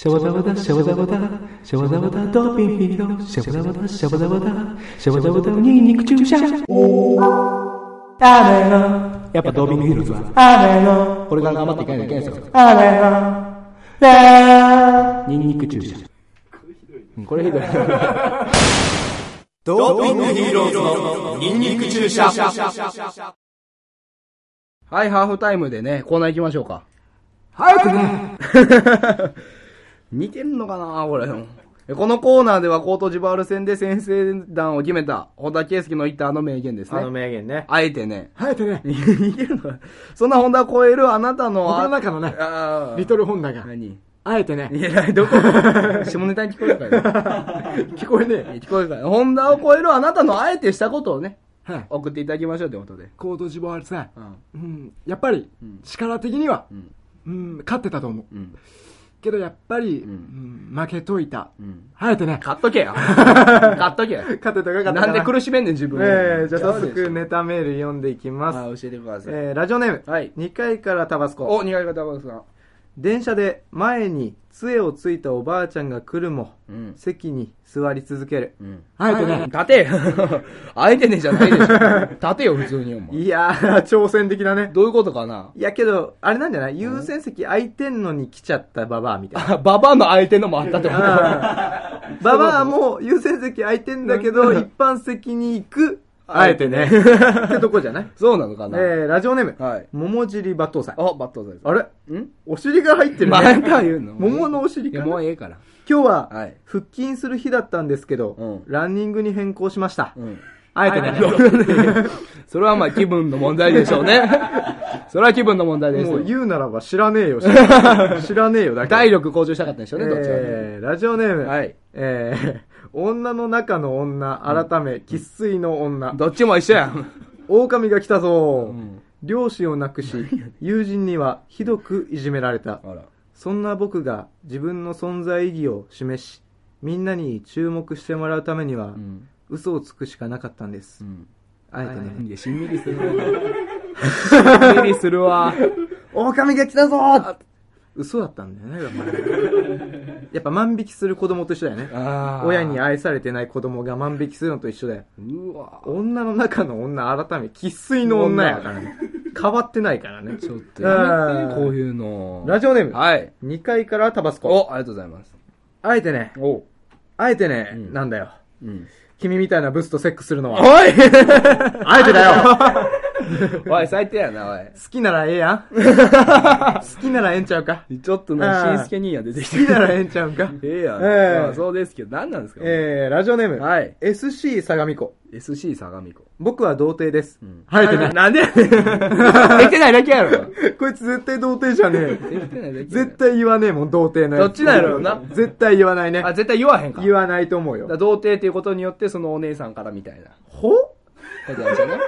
E: ャバダバダ、シャバダバダ、シャバダバダ、ドーピングヒーロー。シャバダバダ、シャバダバダ、シャバダバダ、ニンニク注射。あれの。やっぱドーピングヒーローズは。あれの。これから頑張っていかないといけないですよ。あれの。ニンニク注射。
B: これひどい。はい、ハーフタイムでね、コーナー行きましょうか。
G: 早くね。
B: 似てんのかなこれ。このコーナーではコートジバール戦で先制弾を決めた、本田圭佑の言ったあの名言です ね。あ
A: 名言ね
B: えてね、
G: 早くね。
B: 似てるのかそんな本田を超えるあなたの、
G: こ
B: あ
G: の中のね、
B: あー
G: リトルホンダが、
B: 何
G: あえてね、
B: いや、どこ 下ネタに聞こえるから。聞こえねえ。聞こえるから。ホンダを超えるあなたのあえてしたことをね、
G: はい
B: 送っていただきましょうということで。
G: コートジボワールさ
B: う、
G: う
B: ん。
G: ん、やっぱり、力的には、うん、勝ってたと思う。
B: うん。
G: けどやっぱり、うん負けといた。
B: うん。
G: あえてね、
B: 買っとけよ。買っとけよ。
A: 勝てたか勝てたか
B: なんで苦しめんねん、自分を
A: えー、じゃあ早
B: ちうでし
A: 速ネタメール読んでいき
B: ょ
A: ます、
B: はい、教えてください。
A: えー、ラジオネーム、
B: はい
A: 2階からタバスコ
B: お、苦い方はさん。
A: 電車で前に杖をついたおばあちゃんが来るも、
B: うん
A: 席に座り続ける、
B: うん。
G: あえてね、
B: 立てよ。 相手ねじゃないでしょ。立てよ、普通に。お前
A: いやー挑戦的だね
B: どういうことかない
A: やけどあれなんじゃない優先席空いてんのに来ちゃったババアみたいな
B: あババアの相手のもあったってこと
A: ババアも優先席空いてんだけど一般席に行くあえてねってとこじゃない
B: そうなのか
A: え
B: な
A: ー、ラジオネーム、
B: はい
A: 桃尻抜刀さん
B: あ、バットさん。
A: あれ
B: ん
A: お尻が入ってるね
B: また言うの
A: 桃のお尻
B: い
A: か
B: や、
A: な
B: もうええから。
A: 今日は
B: はい
A: 腹筋する日だったんですけど、
B: うん
A: ランニングに変更しました、
B: ん
A: あえてね、
B: それはまあ気分の問題でしょうね。それは気分の問題です
A: も
B: よ
A: う。言うならば知らねえよ。知 らねえ知らねえよだけ。
B: 体力向上したかったんでしょうね、どっちかね
A: えー、ラジオネーム。
B: はい
A: えー、 女の中の女、改め、生粋の女。
B: どっちも一緒やん。
A: 狼が来たぞ、漁師を亡くし、友人にはひどくいじめられた。
B: ら。
A: そんな僕が自分の存在意義を示し、みんなに注目してもらうためには、嘘をつくしかなかったんです。あえてね。
B: いや、しんみりするわ。しんみりするわ。
A: 狼が来たぞー嘘だったんだよね、やっ ぱやっぱ万引きする子供と一緒だよね。
B: あー
A: 親に愛されてない子供が万引きするのと一緒だよ。
B: うわ。
A: 女の中の女、改め、喫水の女やからね。変わってないからね。
B: ちょっとやめて、
A: うん
B: こういうの。
A: ラジオネーム、
B: はい。
A: 2階からタバスコ。
B: お、ありがとうございます。
A: あえてね、
B: お
A: あえてね、なんだよ。
B: ん
A: 君みたいなブスとセックスするのは、
B: おい
A: あえてだよ
B: おい、最低やな、お
A: 好きならええ やん。好きならええんちゃうか。
B: い。ちょっとね、
A: あー
B: しんすけ兄や出てき
A: 好
B: て。
A: きならええんちゃうんか。
B: ええやん。
A: ええ
B: まあそうですけど、何なんですか
A: えー、ラジオネーム、
B: はい。
A: SC 相模湖。
B: SC 相模湖。
A: 僕は童貞です。
B: 生えて ない。なんでやねん出てないだけやろ。
A: こいつ絶対童貞じゃねえ。
B: 出てないだけ。
A: 絶。対言わねえもん、童貞のやつ
B: どっちなんやろうな
A: 絶対言わないね
B: あ、。絶対言わへんか。
A: 言わないと思う
B: だから
A: よ。
B: 童貞っていうことによって、そのお姉さんからみた いな。
A: ほ
B: ことなんじゃない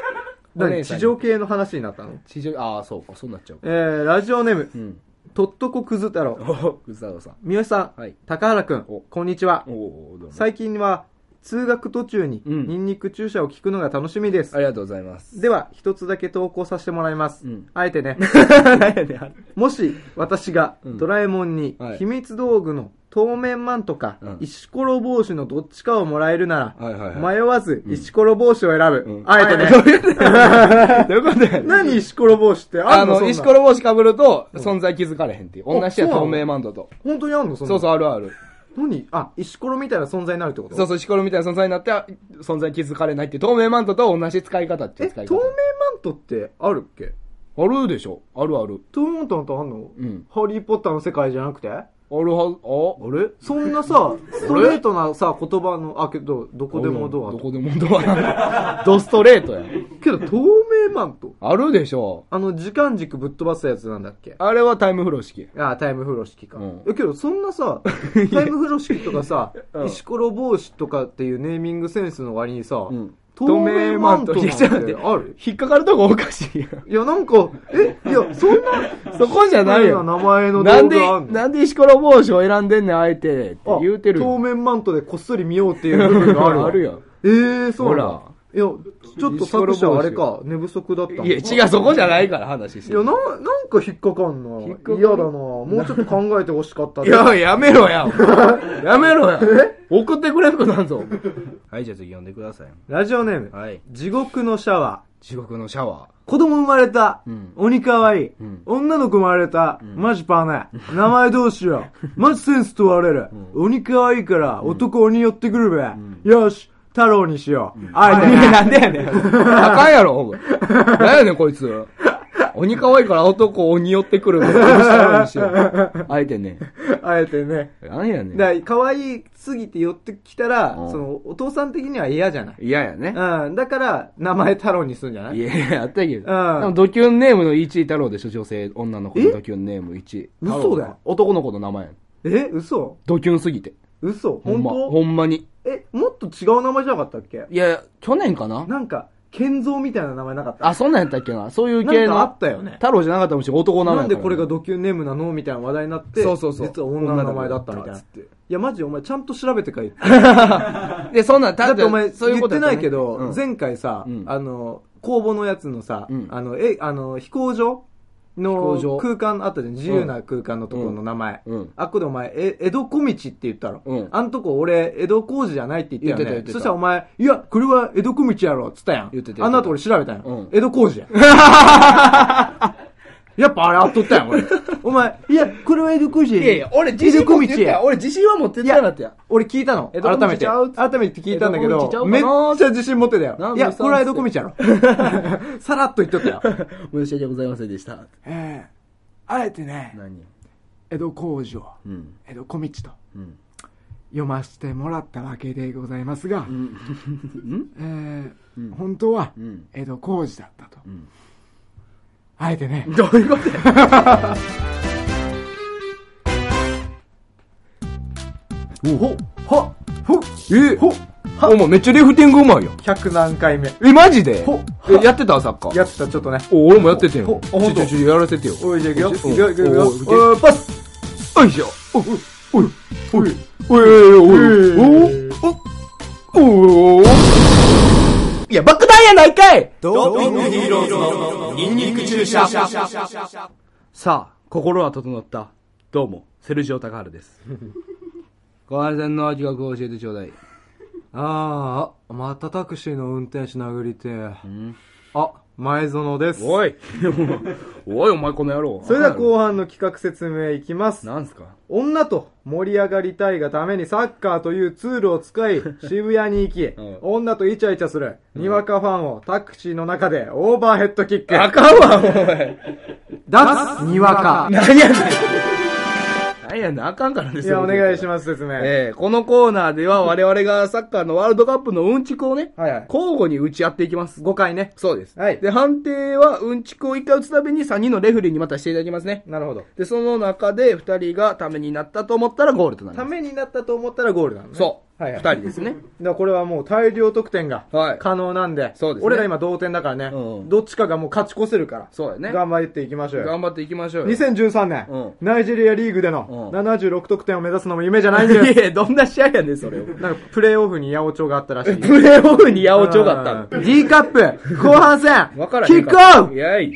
B: お姉
A: 何
B: さんに
A: 地上系の話になったの
B: 地上、ああ、そうか、そうなっちゃうか。
A: えー、ラジオネーム、
B: うん。
A: とっとこくず太郎。
B: おうざわさん。
A: 三好さん、
B: はい
A: 高原くん
B: お、
A: こんにちは。
B: おおどうも。
A: 最近は、通学途中に
B: ん
A: ニンニク注射を聞くのが楽しみです
B: あ。りがとうござい ます。
A: では、一つだけ投稿させてもらいます。あえて ね。 もし、私が、ドラえもんに
B: は、い
A: 秘密道具の透明マントか、石ころ帽子のどっちかをもらえるな
B: はいはい
A: ら、
B: は
A: 迷わず、石ころ帽子を選ぶ。あえてね。
B: ということで、
A: 何石ころ帽子ってあ
B: あ
A: んの
B: の、石
A: そん
B: こ
A: な
B: ろ帽子かぶると、存在気づかれへんっていう。同じや
A: あそうな
B: 透
A: の
B: 明マントと。
A: 本当にあんのそんな
B: そうそう、あるある。
A: 何あ、石ころみたいな存在になるってこと
B: そうそう、石ころみたいな存在になって、あ存在気づかれないっていう、透明マントと同じ使い方ってい
A: え、
B: う使い
A: 透明マントってあるっけ
B: 方。あるでしょあるある。
A: 透明マントなんてあんの
B: うん。
A: ハリーポッターの世界じゃなくて
B: あるは、あ、あれ
A: そんなさ、ストレートなさ、言葉の、あ、けど、どこでもドア
B: ど。こでもドアなん だ。ドストレートや。
A: けど、透明マント
B: あるでしょ
A: あの、時間軸ぶっ飛ばすやつなんだっけ
B: あれはタイム風呂式。
A: あタイム風呂式か。
B: うん
A: え、けど、そんな さ、タイム風呂式とかさ、石ころ帽子とかっていうネーミングセンスの割にさ、
B: ん
A: 透明マントなん
B: いやちょっと待
A: て
B: って
A: ある
B: 引っかかるとこおかしいやん。
A: いや、なんか、え、いや、そんな、
B: そこじゃない
A: よ
B: よ。
A: 名前の
B: なん
A: 動
B: で
A: 画あん、の
B: なんで石ころ帽子を選んでんねん、あえて。って
A: あ
B: 言うてるよ
A: 透明マントでこっそり見ようっていう部分があるわ
B: あるやん。
A: ええー、そうなんだ
B: ほ
A: いや、ちょっと作者あれか、寝不足だったのか
B: いや、違う、そこじゃないから話し
A: い
B: て
A: や、
B: る。
A: な、なんか引っかかんな。
B: っかかる
A: 嫌だな。もうちょっと考えてほしかった
B: いや、やめろや。 やめろや。送ってくれんことなんぞ。 はい、じゃあ次読んでください。
A: ラジオネーム、
B: はい。
A: 地獄のシャワ
B: 地獄のシャワ
A: ー。子供生まれた、
B: ん
A: 鬼かわいい、女の子生まれた、マジパーね、名前どうしよ う、マジセンス問われる、鬼かわいいから男鬼寄ってくるべ、よし、太郎にしよう、あえて ね、なんでやねん。
B: ー。あかんやろ、お前。なんやねん、こいつ。鬼可愛いから男鬼寄って くるの。許したろにしようあえてね。
A: あえてね。
B: なんやねん。
A: だから可愛いすぎて寄ってきたら、その、お父さん的には嫌じゃない。
B: 嫌やね。
A: うん。だから、名前太郎にするんじゃない
B: いや、やったけど。で
A: うん
B: もドキュンネームの1位太郎でしょ、女性、女の子の
A: え
B: ドキュンネーム1位。
A: 嘘
B: 太郎
A: だよ
B: 男の子の名前やねん
A: え嘘
B: ドキュンすぎて。
A: 嘘
B: ほん
A: 本
B: ま、
A: 当、
B: ほんまに。
A: え、もっと違う名前じゃなかったっけ
B: いや、去年かな
A: なんか、健三みたいな名前なかった
B: あ、そんなんやったっけなそういう系
A: なん
B: の。
A: かあったよね
B: 太郎じゃなかったもんし、男なの
A: なんでこれがドキュンネームなのみたいな話題になって、
B: そうそうそう
A: 実は女の名前だったみたいな。いや、マジお前ちゃんと調べてから言って。
B: で、そんなん、
A: だってお前、
B: そういう
A: 言
B: こ
A: っ
B: とや
A: て
B: た
A: な
B: ね
A: いけど、
B: うん
A: 前回さ、
B: うん
A: あの、公募のやつのさ、
B: うん
A: あの、え、あの、飛行場
B: 飛行場
A: の空間あったじゃん。自由な空間のところの名前。
B: うん
A: あっこでお前、え、江戸小道って言ったろ。
B: うん
A: あんとこ俺、江戸工事じゃないって言った
B: 言って
A: よね。
B: た言ってた
A: そしたらお前、いや、これは江戸小道やろ、っつったやん。
B: 言ってた言ってた
A: あんなとこ俺調べたやん。
B: うん
A: 江戸工事やん。 やっぱあれあっとったやん、俺。お前、いや、これは江戸工事やん
B: いやいや、俺自信
A: 江戸
B: 持
A: 小
B: って言
A: 道
B: ってた
A: や
B: よ。俺自信は持って言
A: い
B: ってなか
A: や
B: ったよ。、
A: 俺聞いたの。
B: 江戸小
A: 改
B: 道
A: めて。
B: ちゃうっつ
A: 改めて聞いたんだけ
B: 江戸小道
A: ど
B: ちゃ、うか
A: めっ
B: な
A: ちゃ自信持ってた
B: なん
A: よ。い
B: で
A: や、
B: 嘘
A: これは江戸小道や ろ。さらっと言っとったよ。
B: 申し訳ございませんでした。
A: ええあえてね、
B: 何
A: 江戸工事を、
B: ん
A: 江戸小道と
B: ん
A: 読ませてもらったわけでございますが、 ええ本当は
B: ん
A: 江戸工事だったと。あえてね、
B: どういうことや
A: ほっほっ
B: えほお前めっちゃリフティングうまいよ。
A: 100何回目。
B: え、マジで
A: ほ
B: えやってたサッカー。
A: やってた、ちょっとね。
B: お、俺もやっててん
A: ほ
B: よ。
A: あほんと
B: ちょちょちょやらせてよ。
A: おい、じゃあ行く
B: お
A: よ。行くよ、行
B: おい
A: くよ。おい、パス
B: よいしょ。おい、おい、おい、おい、おい、おい、おい、おい、おい、いや、爆弾やないかいさあ、心は整った。どうも、セルジオ高治です。ご安全の企画を教えてちょうだい。
A: ああ、またタクシーの運転手殴りてえ。あ、前園です。
B: おい、おい、お前この野郎。
A: それでは後半の企画説明いきます。
B: なんすか
A: 女と盛り上がりたいがためにサッカーというツールを使 い渋谷に行き、
B: ん
A: 女とイチャイチャする、にわかファンをタクシーの中でオーバーヘッドキック。
B: あかんわ、おい。
A: 脱にわか。
B: 何やねん。何やねん、あかんからです
A: いや、お願いし
B: ます。
A: ます、説明。
B: えー、このコーナーでは我々がサッカーのワールドカップのうんちくをね、
A: はいはい
B: 交互に打ち合っていきます。
A: 5回ね。
B: そうです。
A: はい
B: で、判定はうんちくを1回打つたびに3人のレフェリーにまたしていただきますね。
A: なるほど。
B: で、その中で2人がためになったと思ったらゴールとなり
A: た
B: ます。
A: めになったと思ったらゴールなのね。
B: そう。
A: はいは
D: 二
A: い。
D: 人です
A: だ
D: ね。
A: からこれはもう大量得点が
D: はい
A: 可能なんで、
D: そうですね
A: 俺ら今同点だからね、
D: うん
A: どっちかがもう勝ち越せるから、
D: そうやね。
A: 頑張っていきましょうよ。
D: 頑張っていきましょうよ。
A: 2013年、
D: う
A: ナイジェリアリーグでの
D: うん
A: 76得点を目指すのも夢じゃないん
C: いや
A: で
C: い
A: す。
C: や、どんな試合やねん、それ。
A: なんかプレーオフに八百長があったらしい。
D: プレイオフに八百長があった
A: うん D カップ、後半戦
D: の。わから、
A: キックオフ
D: いやい。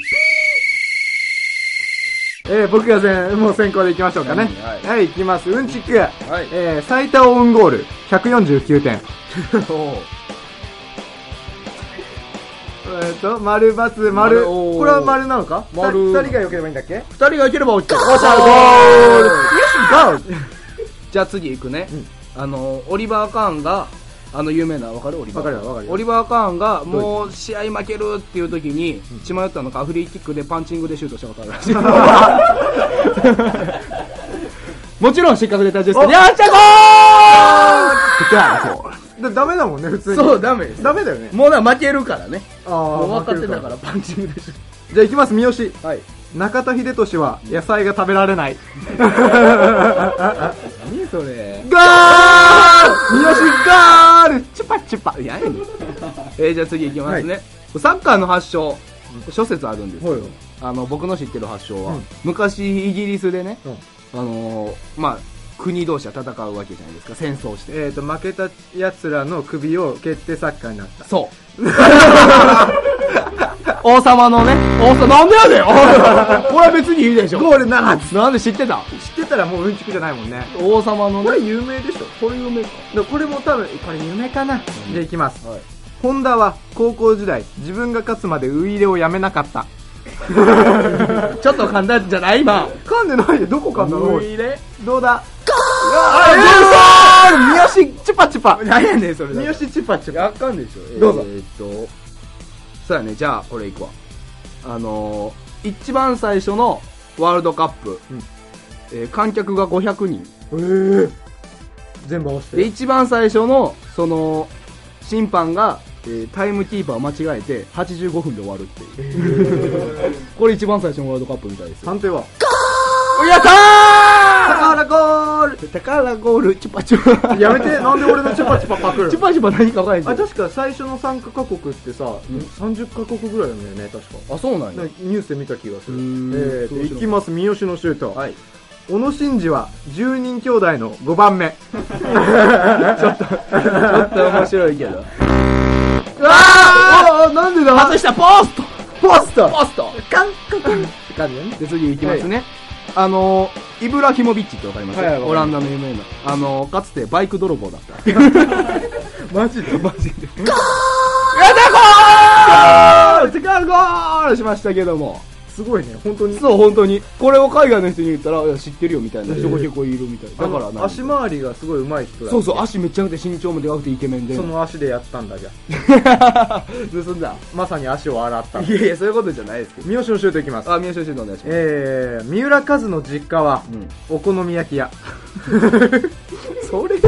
A: えー、僕が全、もう先行でいきましょうかね。
D: は
A: はいい、い、きます。うんちく。
D: はい
A: えー、最多オウンゴール、149点。 えっと、丸バツ、丸、
D: 丸おー
A: これは丸なのか
D: 丸
A: 二人が良ければいいんだっけ
D: 二人がいければ
A: お
D: OK。
A: しゃゴールゴール
D: じゃあ次行くね。あの、オリバー・カーンが、あの、有名な、わかるオリバー。
A: わかるよわかるよ
D: オリバー・カーンが、もう、試合負けるっていう時に、血迷ったのか、フリーキックでパンチングでシュートしたことあるらしい。もちろん失格で大丈夫ですけど。やっちゃ
A: だダメだもんね、普通に。
D: そう、ダメです。
A: ダメだよね。
D: もうな、負けるからね。
A: ああ
D: もう分かってたから、パンチングでシュー
A: じゃあ行きます、三好。
D: ト。はい。
A: 中田秀俊は野菜が食べられ ない。
D: 何そ
A: ゴ
D: れ。
A: ール三好ゴール
D: チュパチュパ。いやいやねん。えー、じゃあ次行きますね。サッカーの発祥、諸説あるんですけど、あの、僕の知ってる発祥は、
A: うん
D: 昔イギリスでね、
A: うん
D: あのーまあ、国同士は戦うわけじゃないですか、戦争して。
A: えっ、ー、と、負けた奴らの首を決定サッカーになった。
D: そ う。王様のね、王様、なんでやねん おいこれは別にいいでしょ。
A: ゴールならず
D: なんで知ってた
A: 知ってたらもううんちくじゃないもんね。
D: 王様の
A: こ
D: ね、
A: れ有名でしょ
D: これ夢か。
A: でこれも多分、これ有名かな。じゃあ行きます。
D: はい
A: ホンダは高校時代、自分が勝つまでウイイレをやめなかっ た。
D: ちょっと噛んだんじゃない今。
A: 噛んでないで、どこかんだろう
D: 入れ
A: どうだ
D: 三好チュパチュパ。何やねん、それ。
A: 三好チュパチュパ。
D: あかんでしょ。
A: どうぞ
D: えーっと、そうやね、じゃあ、これいくわ。あのー、一番最初のワールドカップ、
A: うん
D: えー観客が500人。
A: えー、全部合わせ
D: で、。一番最初の、その、審判が、えータイムキーパーを間違えて、85分で終わるっていう。 これ一番最初のワールドカップみたいですよ。
A: 判定 は
D: やった
A: 高原ゴー
D: ー高原ゴール、チュパチュパ。
A: ルやめて、なんで俺のチュパチュパパクる
D: チュパチュパ何かわかんな
A: あ、
D: いでし
A: 確か最初の参加カ国ってさ、30カ国ぐらいなんだよね、確か。
D: ょ。あ、そうなん
A: な。
D: や
A: ニュースで見た気がする
D: うーん。
A: えーと、いきます、三好のシュート。
D: はい。
A: 小野伸二は10人兄弟の5番目。
D: ちょっと面白いけど。
A: ああなんでだ
D: 外したポースト
A: ポスト
D: ポストカンカカンで、次行きますね。あのー、イブラヒモビッチってわかります、
A: はいはいわか
D: オ
A: り
D: ランダの有名な。あのー、かつてバイク泥棒だった。
A: マジで
D: マジで。ゴーやったゴールセカンドゴールしましたけども。
A: すごいね、本当に。
D: そう、本当に。これを海外の人に言ったら、いや知ってるよみたいな人が結構いるみたい。だから
A: あ
D: なん
A: の
D: か
A: 足回りがすごい上手い人だ。
D: そうそう、足めっちゃくて身長もでかくてイケメンで。
A: その足でやったんだじゃあ
D: 盗んだ。
A: まさに足を洗った。
D: いやいや、そういうことじゃないですけど。
A: 三好のシュートいきます。
D: あ、宮下俊のお願いします。
A: えー、三浦和の実家は、お好み焼き屋。
D: それ、
A: それ、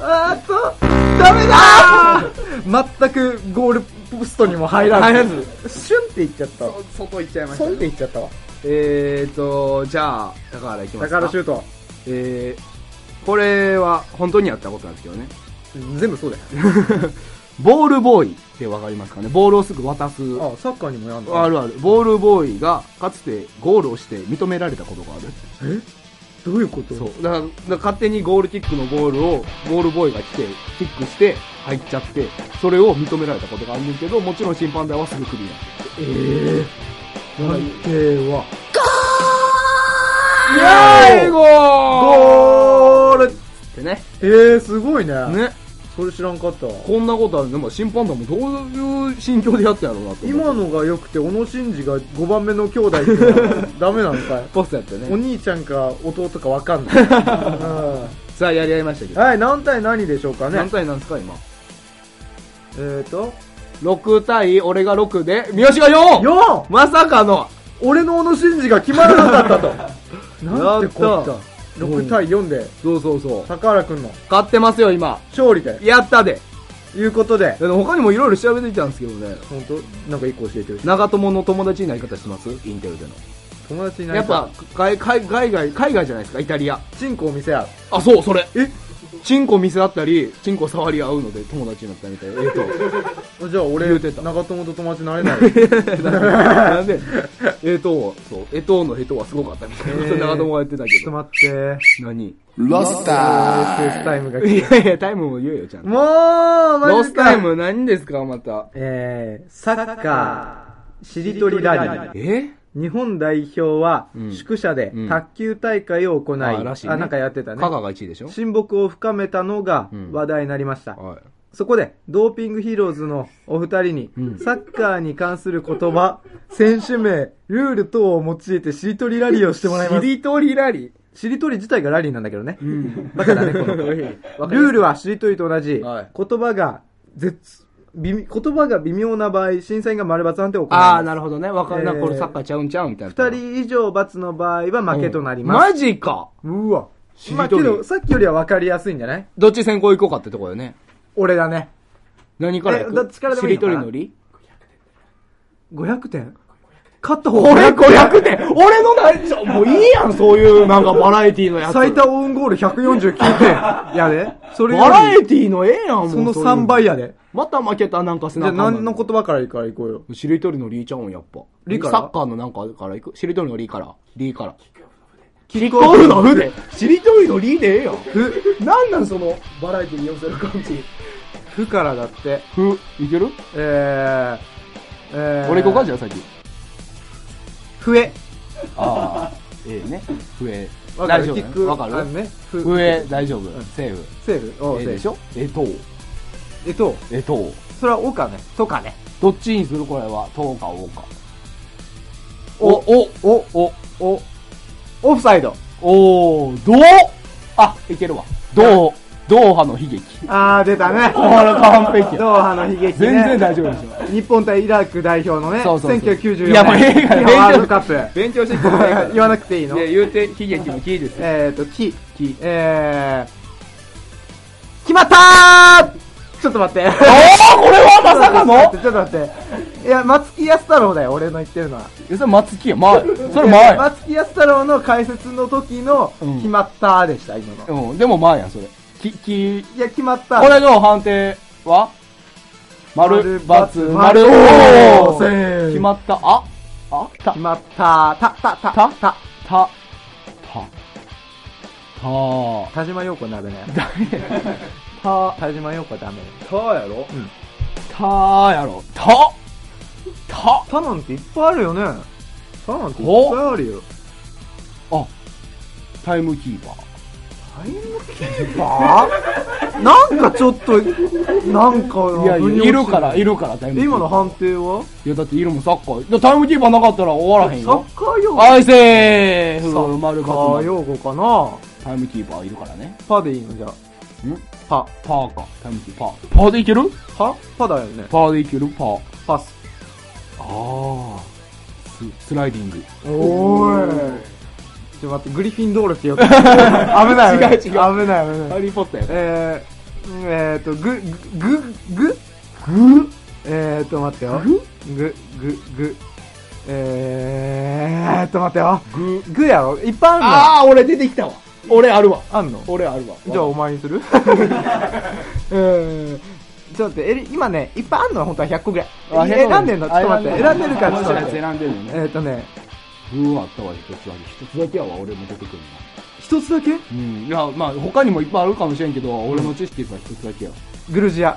A: あーっと、ダメだー全くゴールポストにも入らず。
D: 入らず。
A: シュンっていっちゃったわ。
D: 外行っちゃいま
A: ソンっていっちゃったわ。
D: えーと、じゃあ、高原行きますか。
A: 高原シュート。
D: えー、これは本当にやったことなんですけどね。
A: 全部そうだよ。
D: ボールボーイってわかりますかねボールをすぐ渡す。
A: あサッカーにもやんの
D: あるある。ボールボーイが、かつてゴールをして認められたことがある。
A: どういうこと
D: そう。だから、だから勝手にゴールキックのゴールを、ゴールボーイが来て、キックして、入っちゃって、それを認められたことがあるんですけど、もちろん審判台はすぐクビになって
A: 判定は
D: る。イェーイゴールってね。
A: えー、すごいね。
D: ね。
A: それ知らんかったわ。
D: こんなことは、でも審判団もどういう心境でやったんやろうなと思って。
A: 今のが良くて、小野伸二が5番目の兄弟っていうのはダメなの かい
D: ポストやった
A: お
D: ね。
A: 兄ちゃんか弟かわかんない。うん
D: さあ、やり合いましたけど。
A: はい、何対何でしょうかね
D: 何。対何ですか、今。
A: えーと、
D: 6対、俺が6で、三好が
A: 4!
D: 4! まさかの、
A: 俺の小野伸二が決まらなか ったと。なんてこ
D: やっ
A: った。6対4で、
D: そうそうそう。
A: 高原くんの
D: 勝ってますよ、今。
A: 勝利で。
D: やったで。
A: いうことで、
D: で他にもいろいろ調べてきたんですけどね。
A: 本当なんか一個教えてるし。
D: 長友の友達になり方してますインテルでの。
A: 友達いない
D: やっぱ、海外、海外、海外じゃないですか、イタリア。
A: チンコを見せ合う。
D: あ、そう、それ。
A: え
C: チンコ見せ合ったり、チンコ触り合うので友達になったみたいな。えっと、
A: じゃあ俺、
C: 言うてた
A: 長友と友達になれ ない。へ
C: なんで、えっと、そう、えっとのえっとはすごかったみたいな。そんなこともやって
A: ちょ
C: た
A: っ
C: け
A: と
C: ど。
A: 待 って。
C: 何
D: Lost time.
A: セーフタイムが来
C: いやいや、タイムも言えよ、 ちゃんと。
A: もう、マジか。
C: ロスタイム何ですか、また。
A: えー、サッカー、しりとりラリー。
C: え
A: 日本代表は
C: ん
A: 宿舎で
C: うん
A: 卓球大会を行い、
C: あらしいね
A: なんかやってたね
C: 香。川が1位でしょ
A: 親睦を深めたのが
C: ん
A: 話題になりました。
C: はい。
A: そこで、ドーピングヒーローズのお二人に、サッカーに関する言葉、選手名、ルール等を用いてしりとりラリーをしてもらいます。しり
C: りとりラリ
A: とり自体がラリーなんだけどね。
C: ー。
A: バカだね、こ の子。ルールはしりとりと同じ、
C: はい
A: 言葉が絶、微妙言葉が微妙な場合、審査員が丸×判定を行い
C: ああ、
A: ます。
C: なるほどね。わかるな、
A: えー
C: これサッカーちゃうんちゃうんみたいな。
A: 二人以上×の場合は負けとなります。
C: マジか
A: うわ。
C: りとり
A: まあけど、さっきよりは分かりやすいんじゃない
C: どっち先行行こうかってとこよね。
A: 俺だね。
C: 何から行く
A: えどっちからでもいい
C: し
A: の
C: り
A: かな
C: とりのり
A: 500点勝った方が
C: 俺
A: 500
C: 500点俺のないちょ、もういいやん、そういうなんかバラエティのやつ。
A: 最多オウンゴール149点。 やで。それよ
C: バラエ
A: り、
C: ティのええやん、もう。
A: その
C: そういう
A: 3。倍やで。
C: また負けた、なんかせ
A: じ
C: な
A: ゃあ
C: あかんな
A: 何の言葉からいいから行こうよ。
C: しりとりのりーちゃうん、やっぱ。
A: りから
C: サッカーのなんかから行くしりとりのりーから。りーから。キリコールのふで。しりとりのりーでええやん。ふ。なんなんその、バラエティに寄せる感じ。
A: ふからだって。
C: ふ、いける
A: えー、えー、
C: 俺行こうか、じゃあ先。
A: 笛。
C: ええね。笛。
A: わかる
C: 大丈夫
A: キック
C: わかる
A: あのね。ふ
C: 笛、大丈夫。セーフ。
A: セーフ。おう
C: え
A: セ
C: え
A: ー
C: で
A: フ
C: しょえとう。
A: えっと、
C: えとう。
A: それはおかね。とかね。
C: どっちにするこれは。とうか、おうか。お、お、お、お、お、
A: オフサイド。
C: おー、どうあ、いけるわ。どう、ドーハの悲劇。
A: あー、出たね。
C: これ完璧や。
A: ドーハの悲劇ね。
C: 全然大丈夫でしょ。
A: 日本対イラク代表のね、
C: そうそうそう
A: 1994年。
C: いやもうええから
A: 日本ワールドカップ。
C: 勉強してきてもらえるから
A: 言わなくていいの
C: ね言うて、悲劇のキーですよ。
A: えーと、き、
C: キ
A: えー、決まったーちょっと待って。
C: おー、これはまさか の
A: ちょっと待って、ちょっと待って。いや、松木安太郎だよ、俺の言ってるのは。
C: え、それ松木や、前。それ
A: い
C: 前
A: や
C: や。
A: 松木安太郎の解説の時の、
C: うん
A: 決まったーでした、今の。
C: うん、でも前や、それ。き、き、
A: いや、決まった。
C: これの判定は丸、バツ、
A: 丸
C: 丸、おー
A: せー
C: 決まった、あ、あ、た
A: 決、まったー。た、た、た、
C: た
A: た。
C: た、た、た、
A: 田島陽子ダメ ね。
C: だめ。 た、
A: 田島陽子ダメ。
C: たやろたやろ。た、た、
A: たなんていっぱいあるよね。たなんていっぱいあるよ。
C: タイムキーパー。
A: あ なんかちょっと、なんか、
C: いや
A: 腑
C: い
A: に落ち
C: や、
A: ない
C: るから、いるから、タイムキーパ
A: 今
C: ー
A: の判定はい
C: や、だっているもん、サッカー。だからタイムキーパーなかったら終わらへん
A: サ
C: よ。
A: ッカー用語
C: はい、せー
A: サ
C: ふ、丸、
A: ッカ
C: バ
A: ー
C: ツ、
A: 用語かな
C: タイムキーパーいるからね。
A: パでいいのじゃ
C: ん
A: あ。ん
C: パーか、タイムキーパー。パーでいける
A: パ。パパだよね。
C: パーでいけるパー。
A: パス。
C: ああススライディング
A: おーい。ちょっと待って、グリフィンドールって 呼ぶ。危ない危ない。危
C: 違う違う
A: ない危ない。
C: リー・ポッターや
A: えー、うんえーと、ぐ、ぐ、ぐ、ぐ
C: グ
A: えーと、待ってよ。ぐ、ぐ、ぐ。えーと、待ってよ。
C: グ
A: ぐやろいっぱいあ
C: ああ俺出てきたわ俺あるわ
A: るのあんの
C: 俺あるわ
A: じゃあお前にする うん。ちょっと待って、えり今ね、いっぱいあんのよ、本当は100個ぐらい。
C: あ100個
A: 選んでんのちょっと待って、
C: あ
A: 選んでるから、ちょっと待
C: 面白いや
A: っ
C: つ
A: て。
C: 選んでるのね
A: えっとね、
C: うんあったわ一つだけ一つだけやわ俺も出てくる
A: 一つだけ
C: なうんいやまあ他にもいっぱいあるかもしれんけど俺の知識は一つだけや
A: グルジア。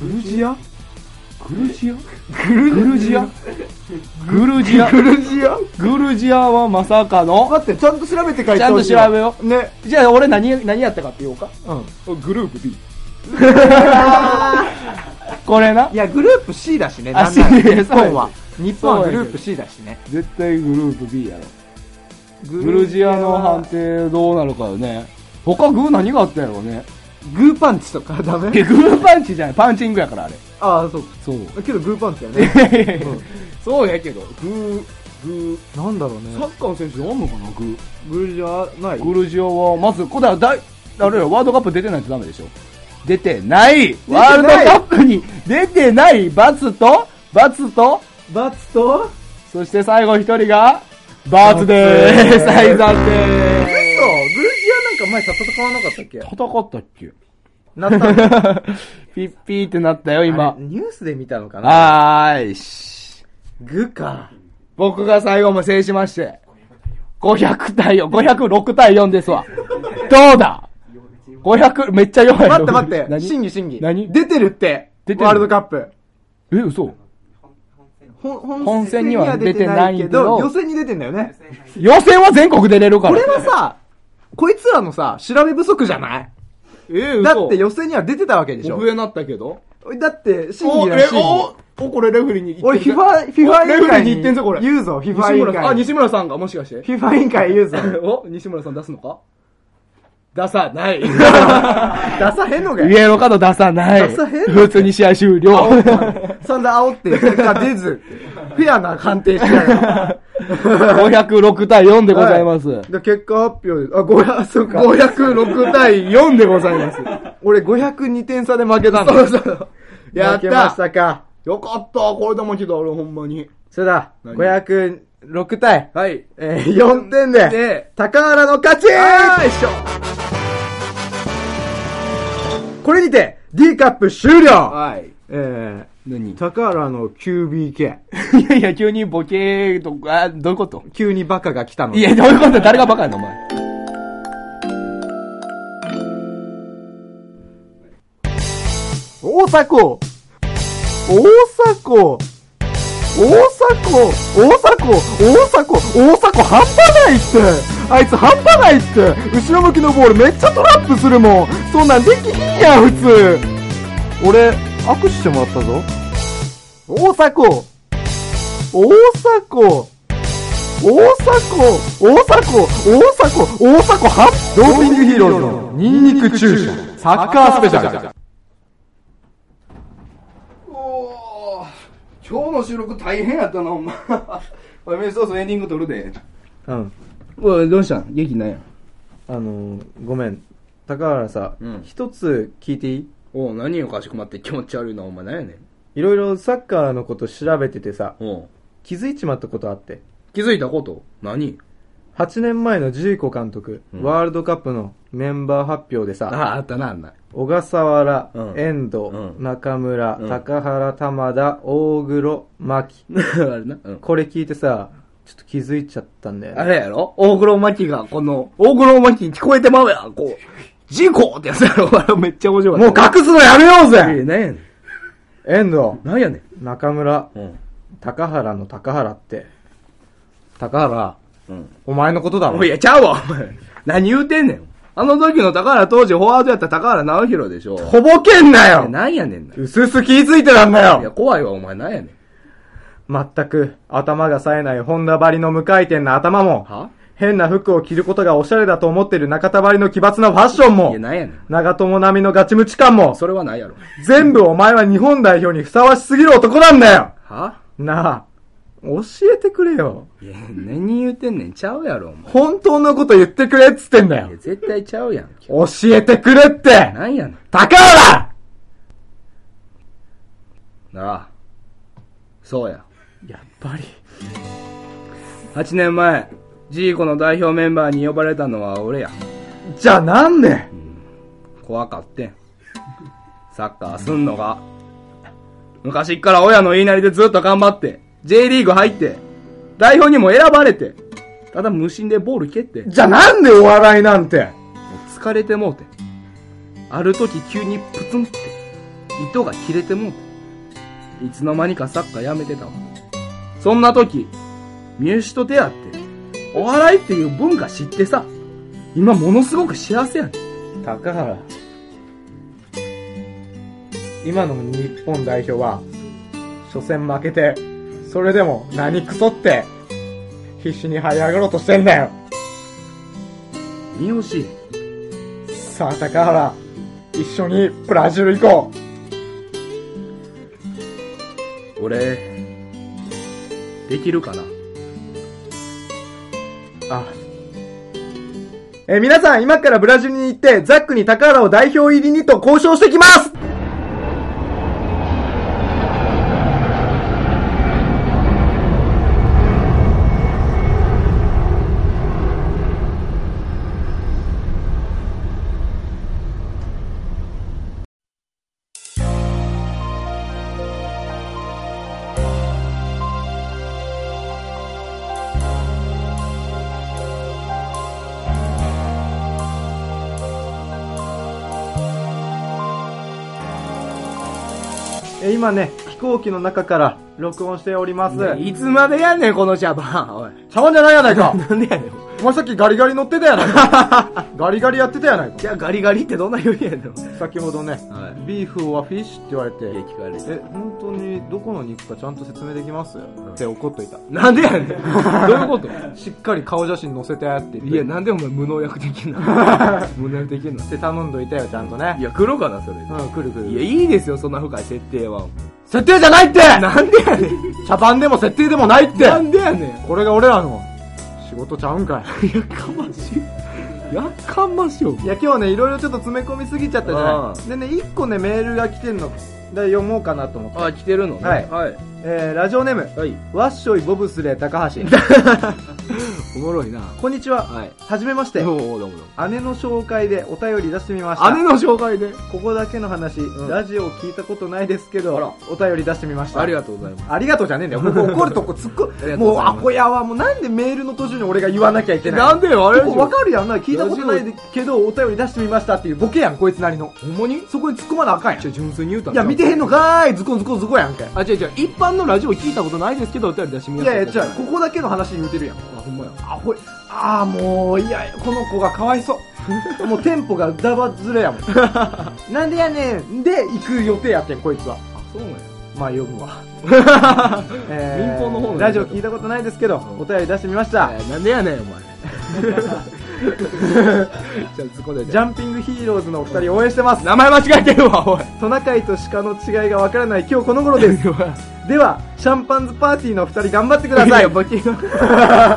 A: グルジア
C: グルジアグルジアグルジア
A: グルジア
C: グルジアはまさかの
A: 待って、ちゃんと調べて書いてほしい
C: ちゃんと調べよ
A: う。ね。
C: じゃあ俺何何やったかって言おうか
A: うん。
C: グループ B これない
A: や、グループ C だしね、
C: あ
A: なんなら
C: C
A: 日本は。日本は
C: そう
A: グ
C: や
A: ループ C だしね。
C: 絶対グループ B やろ
A: グ
C: グルジアの判。定どうなるかよね。他グー何があったんやろうね。
A: グーパンチとかダ
C: い
A: メ
C: やグーパンチじゃない。パンチングやからあれ。
A: ああ、そう。
C: そう。
A: けどグーパンチだ よね。
C: そうやけど、グー、グ
A: なんだろう
C: ー。サ
A: ね。
C: ッカーの選手あんのかな、グー。
A: グルジアない
C: グルジアは、まず、これは大、あれやワールドカップ出てないとダメでしょ。出てないワールドカップに出てないバツと、バツと、
A: バツと
C: そして最後一人が、バツでーす。は
A: そう、グルジアなん
C: い、暫定。
A: か前戦わなかったっけ
B: 戦ったっけ
A: なったんだ
B: ピッピーってなったよ、
A: あ
B: 今
A: れ。ニュースで見たの かな
B: はーいし。
A: グか。
B: 僕が最後も制しまして。500対4、506対4ですわ。どうだ ?500、めっちゃ弱い。
A: 待って待って、審
B: 何
A: 議審議。
B: 何
A: 出てるって、
B: 出てる
A: ワールドカップ。
B: え、嘘
A: ほん
B: 本戦には出てないけど
A: 予選に出てんだ よね。
B: 予選は全国出れるから。
A: これはさ、こいつらのさ、調べ不足じゃない
B: えー、嘘
A: だって予選には出てたわけでしょ。
B: 上なったけど。
A: だって、審
B: お、
A: 議だ
B: え
A: し、。
B: お、お、これレフェリーに
A: 俺、
B: ってるレ
A: FIFA、FIFA 委員
B: フェリ
A: 会
B: ーに言ってんぞ、これ。
A: 言うぞ、
B: 西
A: FIFA 委員
B: 村さん。あ、
A: 会。
B: 西村さんがもしかして。
A: FIFA 委員 会言うぞ。
B: お、西村さん出すのか出さない。イ
A: 出さへんのかよ。
B: エローカード出さない。
A: 出さへん
B: 普通に試合終了。
A: そんな煽って、結果出ず、フェアな判定してやる。
B: 506対4でございます。
A: はで結果発表です。あ、500、そうか。
B: 506対4でございます。
A: 俺502点差で負けたんだ。
B: そうそう。やっ
A: 負けましたたか。
B: よかった、これでも来た、俺ほんまに。
A: それだ、
B: 何
A: 506対、
B: はい。
A: えー、4点で、
B: で、
A: 高原の勝ち
B: よいしょ
A: これにて、D カップ終了
B: はい。
A: え
B: 何
A: ー、高原の QBK。
B: いやいや、急にボケとか、どういうこと
A: 急にバカが来たの。
B: いや、どういうこと誰がバカやの、お前。
A: 大迫大迫大迫大迫大迫大迫半端ないってあいつ半端ないって後ろ向きのボールめっちゃトラップするもんそんなんできひんやん普通俺握手してもらったぞ大迫大迫大迫大迫大迫大迫半ドーピングヒーローズのニンニク注射サッカースペシャル
B: おー今日の収録大変やったな、ほんま。 おい、メスソースエンディング撮るで。
A: うん
B: おい、どうしたん元気ないやん。
A: あのーごめん高原さ
B: うん
A: 一、つ聞いていい
B: おう何よかしこまって気持ち悪いな、お前何やねん。
A: いろいろサッカーのこと調べててさ
B: おう
A: 気づいちまったことあって
B: 気づいたこと何
A: 8年前のジーコ監督、
B: うん
A: ワールドカップのメンバー発表で
B: あ
A: さ
B: あ、あったな、あんな。
A: 小笠原、
B: うん
A: 遠藤、
B: うん
A: 中村、
B: うん
A: 高原玉田大黒牧
B: あれな。うん。
A: これ聞いてさちょっと気づいちゃったんだよ
B: あ
A: ね
B: れやろ大黒摩季が、この、大黒摩季に聞こえてまうやん、こう。事故ってやつやろあれ めっちゃ面白か
A: も
B: っ
A: う隠すのやめよう
B: た。
A: ぜ
B: え、なんやねん。
A: 遠藤
B: なんやね
A: 中村
B: ん。うん。
A: 高原の高原って高原
B: うん。
A: お前のことだろ
B: おいいや、ちゃうわ、お前。何言うてんねん。あの時の高原当時フォワードやった高原直弘でしょ。
A: ほぼけんな
B: え
A: よ
B: なんやねんな。いう
A: すうす気づいてたんだ
B: や、
A: よ
B: 怖いわ、お前、なんやねん。
A: まったく、頭が冴えない本田張りの無回転な頭も、
B: は
A: 変な服を着ることがおしゃれだと思ってる中田張りの奇抜なファッション
B: い
A: も
B: や、、なんやねん。
A: 長友並みのガチムチ感も、
B: それはないやろ。
A: 全部お前は日本代表にふさわしすぎる男なんだよ
B: は
A: なあ、教えてくれよ。
B: いや、何言うてんねん。ちゃうやろ、お前。
A: 本当のこと言ってくれっつってんだ
B: い
A: よ
B: や、絶対ちゃうやん。
A: 教えてくれって
B: なんやねん。
A: 高原
B: なあ。そうや。
A: やっぱり。
B: 8年前、ジーコの代表メンバーに呼ばれたのは俺や。
A: じゃあなんで
B: 怖かってん。サッカーすんのが。昔っから親の言いなりでずっと頑張って、J リーグ入って、代表にも選ばれて、ただ無心でボール蹴って、
A: じゃあなんでお笑いなんて
B: 疲れてもうて。ある時急にプツンって、糸が切れてもうて。いつの間にかサッカーやめてたわ。そんな時、三好と出会って、お笑いっていう文化知ってさ、今ものすごく幸せやねん。
A: 高原今の日本代表は初戦負けてそれでも何クソって必死に這い上がろうとしてんだよ
B: 三好、
A: さあ高原一緒にブラジル行こ
B: 俺、できるかな
A: うあえー皆さん今からブラジルに行ってザックに高原を代表入りにと交渉してきますえ今ね、飛行機の中から録音しております。
C: いつまでやんねん、この茶番。おい。
A: 茶碗じゃないやないか
C: なんでやねん。
A: お前さっきガリガリ乗ってたやない かガリガリやってたやないか
C: じゃあガリガリってどんな余裕やねん。
A: 先ほどね、
C: はい
A: ビーフはフィッシュって言われて、
C: 聞かれて。
A: え、本当にどこの肉かちゃんと説明できます、って怒っといた。
C: なんでやね ん。どういうこと
A: しっかり顔写真載せてって言って。
C: いや、なんでお前無農薬で きんの無農薬できんの
A: って頼んどいたよ、ちゃんと
C: い
A: ね。
C: や、黒かな、それ。
A: うん、くるく
C: い
A: る。
C: や、いいですよ、そんな深い設定は。
A: 設定じゃないって
C: なんでやねん。
A: 茶番でも設定でもないって
C: なんでやねん。
A: これが俺らの仕事ちゃうんかい。
C: やかましい。やかましいよ。
A: いや、今日ね、いろいろちょっと詰め込みすぎちゃったじゃ
C: あ
A: ない。でね、一個ね、メールが来てんの。で、読もうかなと思って。
C: あ、来てるのね。
A: はい
C: はい。
A: えー、ラジオネーム、
C: はい。
A: わっしょいボブスレー高 橋。
C: おもろいな。
A: こんにちは。
C: はい。
A: はじめまして。
C: どうもどうもどうも。
A: 姉の紹介でお便り出してみました。
C: 姉の紹介で。
A: ここだけの話、
C: ん
A: ラジオを聞いたことないですけど
C: あら、
A: お便り出してみました。
C: ありがとうございます。
A: ありがとうじゃねえんだよ。もう怒るとこ突っ
C: あり
A: 込
C: が
A: む。
C: とう
A: も
C: ご
A: う
C: ざいます
A: アホやわ。もうなんでメールの途中に俺が言わなきゃいけない
C: なんでよ、あれでしょ
A: わかるやんな。聞いたことないけど、お便り出してみましたっていうボケやん、こいつなりの。ほんまにそこに突っ込まなあかんやん。
C: ちょ、純粋に言うたん
A: いや、見てへんのかーい。ズコズコズコやんかい。
C: あ、違う違う、一般のラジオ聞いたことないですけど、お便り出してみ
A: い
C: よう
A: やいや、
C: じ
A: じゃ
C: ゃ
A: あ、ここだけの話言うてるやん。
C: あ、ほんまや。
A: あほい。ああ、もう、いや、この子がかわいそう。 もうテンポがダバずれ やもん。なんでやねんで、行く予定やってん、こいつは。
C: あ、そうなんや。
A: まあ、読む わ。え
C: 民放の方の
A: ラジオ聞いたことないですけど、お便り出してみました。
C: えーなんでやねん、お 前。じゃあ、そこで。
A: ジャンピングヒーローズのお二人応援してます。
C: 名前間違えてるわ、おい。
A: トナカイと鹿の違いがわからない今日この頃 です。では、シャンパンズパーティーのお二人頑張ってください。
C: ボケが。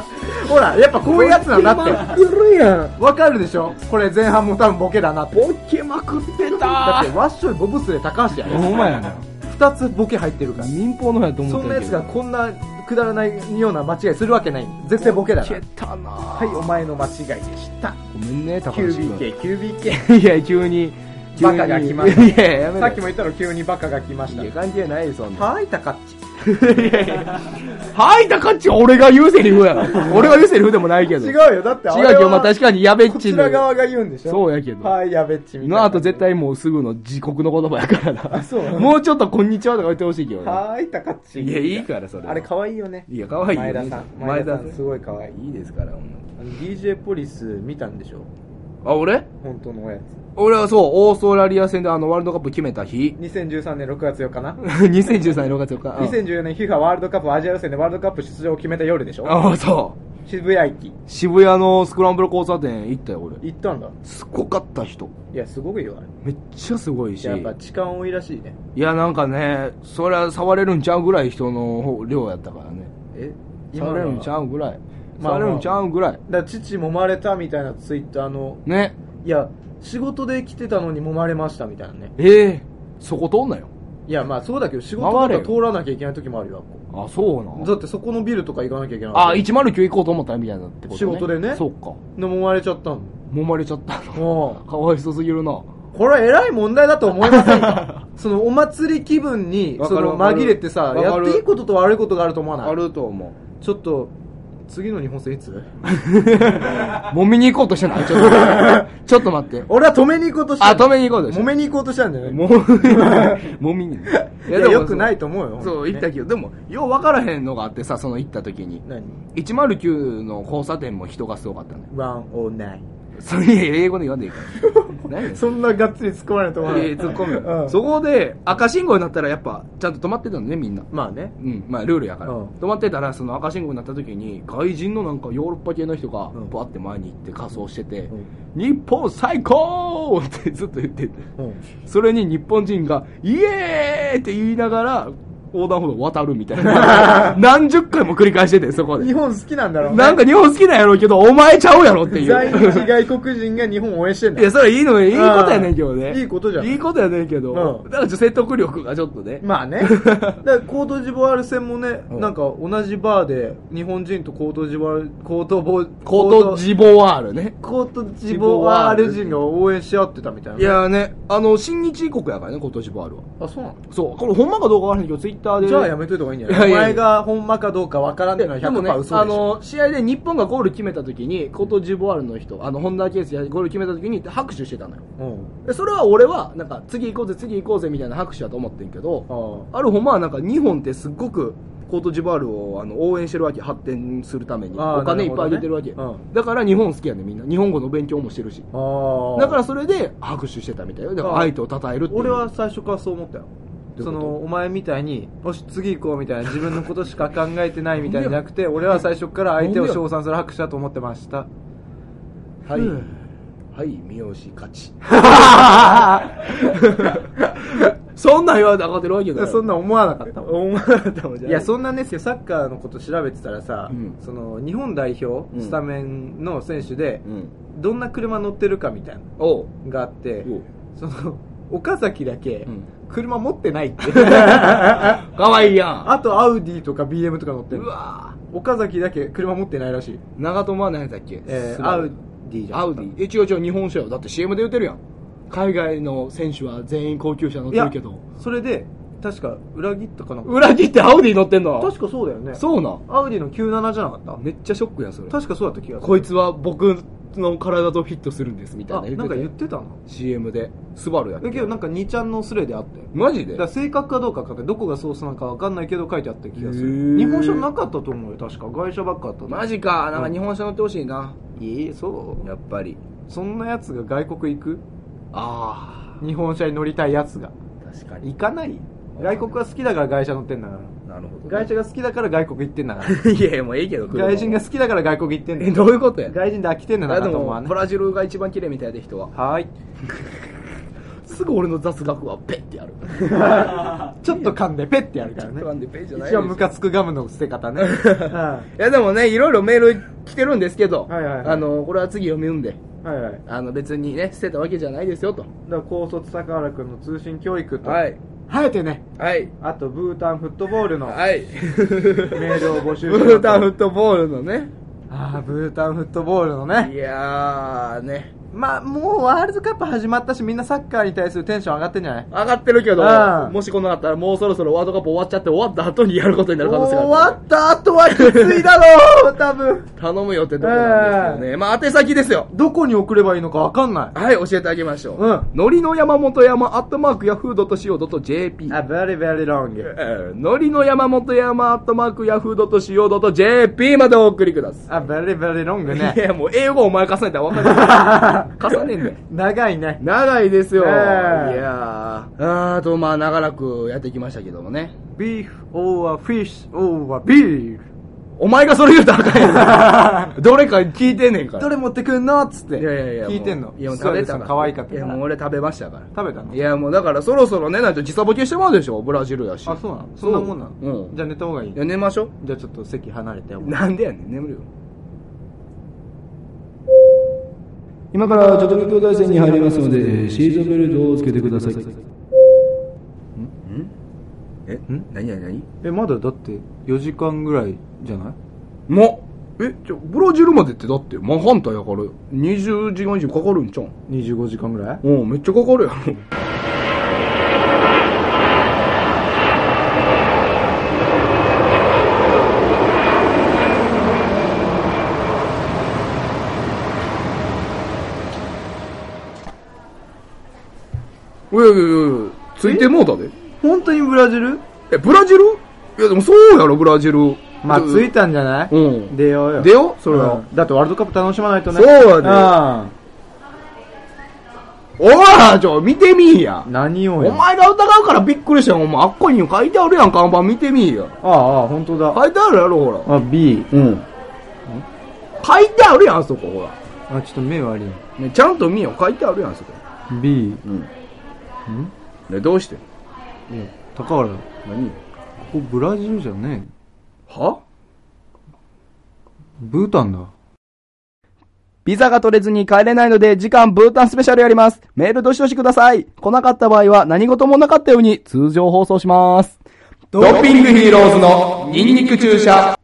A: ほら、やっぱこういうやつなんだって。
C: くるやん。
A: わかるでしょこれ前半も多分ボケだなって。
C: ボケまくって
A: だ
C: た
A: って、ワッショイボブスレー高橋や
C: ほんまやな。
A: 二つボケ入ってるから。
C: 民放の方やと思
A: そ
C: って
A: んなやつがこんなくだらないような間違いするわけない。絶対ボケだな。
C: たなは
A: はい、お前の間違いでした。
C: ごめんね、高橋君。
A: QBK、QBK。
C: いや、急に。
A: バカが来ました
C: 急にいや、やめ
A: さっき
C: も。
A: も言ったろ、急にバカが来まし
C: い
A: た
C: や、。関係ないよ、そんな。
A: はい、高っち。
C: はい、高っち、俺が言うセリフ やろ。俺が言うセリフでもないけど。
A: 違う
C: 違う
A: よ、だってあれは
C: けど、まあ確かにやべっ
A: こ
C: ち
A: ち
C: の
A: ら。側が言うんでしょ
C: そうやけど。
A: はい、やべっちみたいな。
C: の後絶対もうすぐの自国の言葉やからな。
A: そうなの
C: もうちょっとこんにちはとか言ってほしいけどね。
A: はーい、たかっち。
C: いや、いいから、それは。
A: あれ可愛いよね。
C: いや、可愛いよね
A: 前田さん。
C: 前
A: 前
C: 田
A: 田
C: さ
A: さ
C: ん
A: ん、すごい可愛い。
C: いいですから、ほんまに
A: あの DJ ポリス見たんでしょ
C: あ、俺
A: 本当のおやつ。
C: 俺はそう、オーストラリア戦であの、ワールドカップ決めた 日。
A: 2013年6月4日な。
C: 2013年6月4日。うん
A: 2014年 FIFA ワールドカップアジア予選でワールドカップ出場を決めた夜でしょ
C: あ、そう。
A: 渋谷駅。
C: 渋谷のスクランブル交差点行ったよ、俺。
A: 行ったんだ。
C: すごかった人。
A: いや、すごいよ、あれ。
C: めっちゃすごいし。
A: やっぱ痴漢多いらしいね。
C: いや、なんかね、そりゃ触れるんちゃうぐらい人の量やったからね。
A: え
C: 触れるんちゃうぐらい。
A: まあま
C: 触
A: あ
C: れるんちゃうぐらい。
A: だから父揉まれたみたいなツイッターの、
C: ね。
A: いや、仕事で来てたのに揉まれましたみたいなね。
C: ええそこ通んなよ。
A: いや、まあそうだけど、仕
C: 回
A: 事
C: れ
A: と
C: よ
A: か通らなきゃいけない時もあるよ、
C: あ、そうな
A: だってそこのビルとか行かなきゃいけない。
C: あ、109行こうと思ったみたいなってこと、ね、
A: 仕事でね
C: そうか。
A: の揉まれちゃったの。
C: 揉まれちゃったの。
A: も
C: かわいそうすぎるな。
A: う、これは偉い問題だと思いません かそのお祭り気分に、
C: わか
A: そ
C: る
A: の紛れてさ
C: わ、かる
A: やっていいことと悪いことがあると思わない
C: ると思う。
A: ちょっと、次の日本戦いつ
C: 揉みに行こうとしてないちょっと 待って。ちょっと待って。
A: 俺は止めに行こうとした
C: あ、
A: んだ
C: 止めに行こうとして
A: 揉めに行こう としたんだよね。
C: もみ、もみに。い
A: いや、よくないと思うよ。
C: そう、行ったけど、でも、よう分からへんのがあってさ、その行った時に。
A: 何
C: 109の交差点も人がすごかったね。
A: ワンオーナイ
C: それ、いや英語で言わんでいいから。 何やねん
A: そんながっつり突っ込まれると思わない
C: や突っ込む
A: う
C: よ
A: ん
C: そこで、赤信号になったらやっぱ、ちゃんと止まってたのね、みんな。
A: まあね。
C: うん、まあルールやから、
A: うん
C: 止まってたらその赤信号になった時に外人のなんかヨーロッパ系の人が
A: ん
C: バって前に行って仮装してて「
A: ん
C: 日本最高!」ってずっと言ってて
A: うん。
C: それに日本人が「イエーイ!」って言いながら横断歩道渡るみたい な何十回も繰り返しててそこ
A: 日
C: で
A: 本好きなんだろうね。
C: なんか日本好きなんやろうけどお前ちゃうやろってい
A: 在日
C: う
A: 外国人が日本を応援してんだ
C: いやそれいいのよいいことやねんけどね
A: うんいいことじゃん
C: いいことやねんけど、
A: うん
C: だからちょっと説得力がちょっとね、
A: ま あね。だからコートジボワール戦もね、
C: うん
A: なんか同じバーで日本人とコートジボワール、コートボ、
C: コートジボワールね
A: コートジボワール人が応援し合ってたみたいな。
C: い、やーね、あの、新日国やからね、今年バールは。
A: あ、そうなの
C: そう、これほんまかどうかわからへんけど、ツイッタ
B: ターで。
A: じゃあやめといた方がいいんじゃ
B: いや
A: ないいお
B: やいや
A: 前がほんまかどうかわからんってのは
B: でもね、
A: 100%嘘
B: あ
A: でしょ。
B: の、試合で日本がゴール決めた時に、コートジボワールの人、あの、本田圭佑がゴール決めた時に拍手してたのよ。
A: うん
B: でそれは俺は、なんか、次行こうぜ、次行こうぜ、みたいな拍手だと思ってんけど、あるほんまはなんか、日本ってすっごく、コートジボワールをあの応援してるわけ、発展するために。
A: あー
B: お金い
A: な
B: っぱい
A: るほ
B: あ
A: どね
B: げてるわけ。
A: うん
B: だから日本好きやね、みんな。日本語の勉強もしてるし。
A: ああ。
B: だからそれで拍手してたみたいよ。だから
A: あー
B: 相手を称えるっていう。
A: 俺は最初からそう思ったよ
B: どういうこと
A: そのお前みたいによし次行こうみたいな自分のことしか考えてないみたいになくて俺は最初から相手を称賛する拍手だと思ってました
B: はい。はい、三好勝ち。そんなん言われたら分かってるわけだよ。
A: そんな思わなかったもん
B: 思わなかったもんじゃ
A: いやそんなんですよサッカーのこと調べてたらさ、
B: うん
A: その日本代表
B: うん
A: スタメンの選手で
B: う、ん。
A: どんな車乗ってるかみたいな
B: おう。
A: のがあって
B: おう
A: その岡崎だけ
B: うん
A: 車持ってないっ て
B: かわいいやん。
A: あとアウディとか BM とか乗ってる
B: うわ
A: 岡崎だけ車持ってないらしい、
B: ぁ。長友は何やったっけ
A: え
B: ス
A: ー、
B: ラ
A: ア
B: ム
A: ウディじゃん
B: アウディ。え、違う違う、日本車よ。だって CM で言ってるやん。海外の選手は全員高級車乗っ
A: い
B: て
A: や
B: るけど。
A: それで確か裏切ったかな
B: 裏切ってアウディ乗ってんの
A: 確かそうだよね
B: そうなん。
A: アウディの97じゃなかった
B: めっちゃショックやん、それ。
A: 確かそうだった気がする
B: こいつは僕の体とフィットするんです、みたい
A: あ
B: な
A: なんか言ってたな
B: CM で。スバルやっ
A: だ
B: け
A: けどなんか2ちゃんのスレであったよ
B: マジ
A: だ
B: で
A: から正確かどうかかってどこがソースなのかわかんないけど書いてあった気がす
B: へ
A: る
B: ー
A: 日本車なかったと思うよ確か外車ばっかあった
B: マ
A: ジ
B: ジか、なんか日本車乗ってほしいな。
A: いいそう
B: やっぱり。
A: そんなやつが外国行く
B: あ
A: 日本車に乗りたいやつが
B: あ、確かに。
A: 行かない外国が好きだから外車乗ってんだから
B: なるほど、
A: 外車が好きだから外国行ってんだか ら
B: いやいや、もうええけど、車は
A: 外人が。好きだから外国行ってんだ
B: え、
A: よ
B: どういうことや。
A: 外人で飽きてんだ
B: あで
A: なと思
B: も
A: わ、ね
B: ブラジルが一番綺麗みたいで人は。
A: は ーい
B: すぐ俺の雑学はペッてやる。
A: ちょっと噛んでペッてやるからね。
B: でペッじゃない
A: 一応ムカつくガムの捨て 方ね。はい
B: やでもね、いろいろメール来てるんですけど、
A: はいはいはい
B: あの、これは次読み読んで、
A: いはいはい。だか
B: あの、別にね、捨てたわけじゃないですよと。
A: ら高卒坂原くんの通信教育と、
B: はい。
A: 生えてね、
B: はい。
A: あとブータンフットボールのメ
B: はい。
A: ールを 募集
B: ブ
A: し
B: ータンフット
A: ト
B: ボールのね。
A: ああ、ブータンフットボールのね
B: い。やーね、
A: まあ、もうワールドカップ始まったし、みんなサッカーに対するテンション上がってんじゃない
B: 上がってるけど
A: ああ、
B: もしこのあったらもうそろそろワールドカップ終わっちゃって終わった後にやることになる可能性
A: 終
B: があ
A: わ
B: る。
A: った後はきついだろう、多分。
B: 頼むよってとこなんですけどね。まあ、宛先ですよ。
A: どこに送ればいいのかわかんない。
B: はい、教えてあげましょう。
A: うん
B: のりの山本山、アットマーク、ヤフー .co.jp。
A: あ、very, very long.
B: えーのりの山本山、アットマーク、ヤフー .co.jp までお送りくださ
A: あ、very, very long
B: い。
A: ね
B: い。や、もう英語お前重ねたら分 かる。重ねんだよ。
A: 長いね。
B: 長いですよ。
A: ねえ
B: いやー。あーと、まあ、長らくやってきましたけどもね。
A: beef over fish over beef
B: お前がそれ言うたらあかんや んどれか聞いてんねんから。
A: どれ持ってくんのっつって
B: いやいやいや。
A: 聞いてんの
B: いや、もう食べた
A: の
B: ら。
A: 可愛かった
B: い
A: か
B: や、
A: ら
B: もう俺食べましたから。
A: 食べたの
B: いやもうだからそろそろね、なんと時差ボケしてもらうでしょ、ブラジルやし。
A: あそうなのそんなもんなの、
B: うん
A: じゃあ寝た方がいい
B: いや、寝ましょう。
A: じゃあちょっと席離れてお前
B: なんでやねん、眠るよ。
C: 今からちょっと兄弟戦に入りますので、シーズンベルトをつけてください。
B: えん何や何
A: えまだだって4時間ぐらいじゃない
B: もえ、ちょ、ブラジルまでってだって、真反対やから、20時間以上かかるんちゃうん
A: 25時間ぐらい
B: うん、めっちゃかかるやろ。いやいやいやいや、ついてもうたで。
A: 本当にブラジル
B: え、ブラジルいやでもそうやろ、ブラジル。
A: まあ
B: ちょ
A: 着いたんじゃない、
B: うん
A: 出ようよ
B: 出ようそれは
A: うんだってワールドカップ楽しまないとね
B: そうやで
A: あ
B: おら、ちょ、見てみいや
A: あ。何を
B: お
A: やあ
B: 前が疑うからびっくりしたよ、お前。あっこに書いてあるやん、看板見てみいや。
A: あああ本当だ
B: 書いてあるやろ、ほら。
A: あ B
B: うん。書いてあるやん、そこ、ほら。
A: あちょっと目悪い
B: ね、ちゃんと見よ、書いてあるやん、そこ。
A: B
B: ね、どうして
A: いや高原こ
B: 何
A: こブラジルじゃねえ
B: は
A: ブータンだ
C: ビザが取れずに帰れないので、時間ブータンスペシャルやります。メールどしどしください。来なかった場合は何事もなかったように通常放送します。
B: ドッピングヒーローズのニンニク注射。